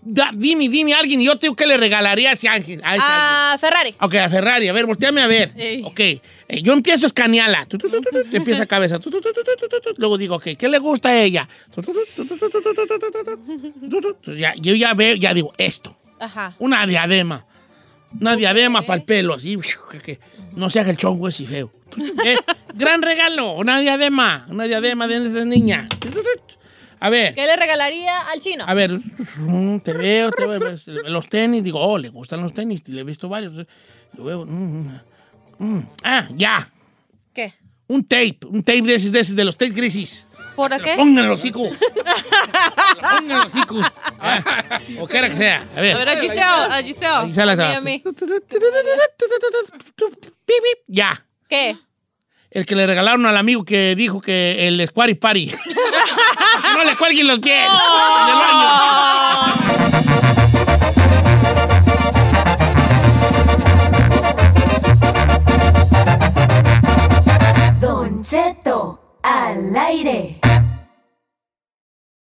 Speaker 3: da- dime, dime a alguien y yo tengo que le regalaría a ese ángel. A ese ángel.
Speaker 5: Ah, Ferrari.
Speaker 3: Ok, a Ferrari, a ver, volteame a ver.
Speaker 2: Ey.
Speaker 3: Ok, eh, yo empiezo a escanearla. Tu, tu, tu, tu, tu, y empieza a cabeza. Tu, tu, tu, tu, tu, tu, tu, tu. Luego digo, ok, ¿qué le gusta a ella? Tu, tu, tu, tu, tu, tu, tu, tu, tu, tu, tu, tu, tu, tu, tu. Ya- Yo ya veo, ya digo, esto.
Speaker 5: Ajá.
Speaker 3: Una diadema. Una diadema para el pelo, así. que- que No se haga el chongo ese feo. Es gran regalo, una diadema. Una diadema de esa niña. A ver,
Speaker 5: ¿Qué le regalaría al chino?
Speaker 3: a ver. mm, Te veo, te veo. ves, eh, Los tenis, digo, oh, le gustan los tenis. Le he visto varios. eh, Lo veo. mm, mm, mm. Ah, ya.
Speaker 5: ¿Qué?
Speaker 3: Un tape. Un tape de esos, de, esos, de los tape crisis.
Speaker 5: ¿Por qué?
Speaker 3: Pónganlo, el hocico. Pónganlo, el hocico. Ah, o quiera que sea. A
Speaker 2: A
Speaker 3: ver.
Speaker 2: ver, a Giselle, a
Speaker 3: Ahí
Speaker 5: Ah,
Speaker 2: Giselle.
Speaker 3: sale
Speaker 5: A
Speaker 3: la-
Speaker 5: mí,
Speaker 3: Ya.
Speaker 5: ¿Qué?
Speaker 3: El que le regalaron al amigo que dijo que el Squarry Party. Que no le cuelguen los pies. En el baño.
Speaker 8: Don Cheto, al aire.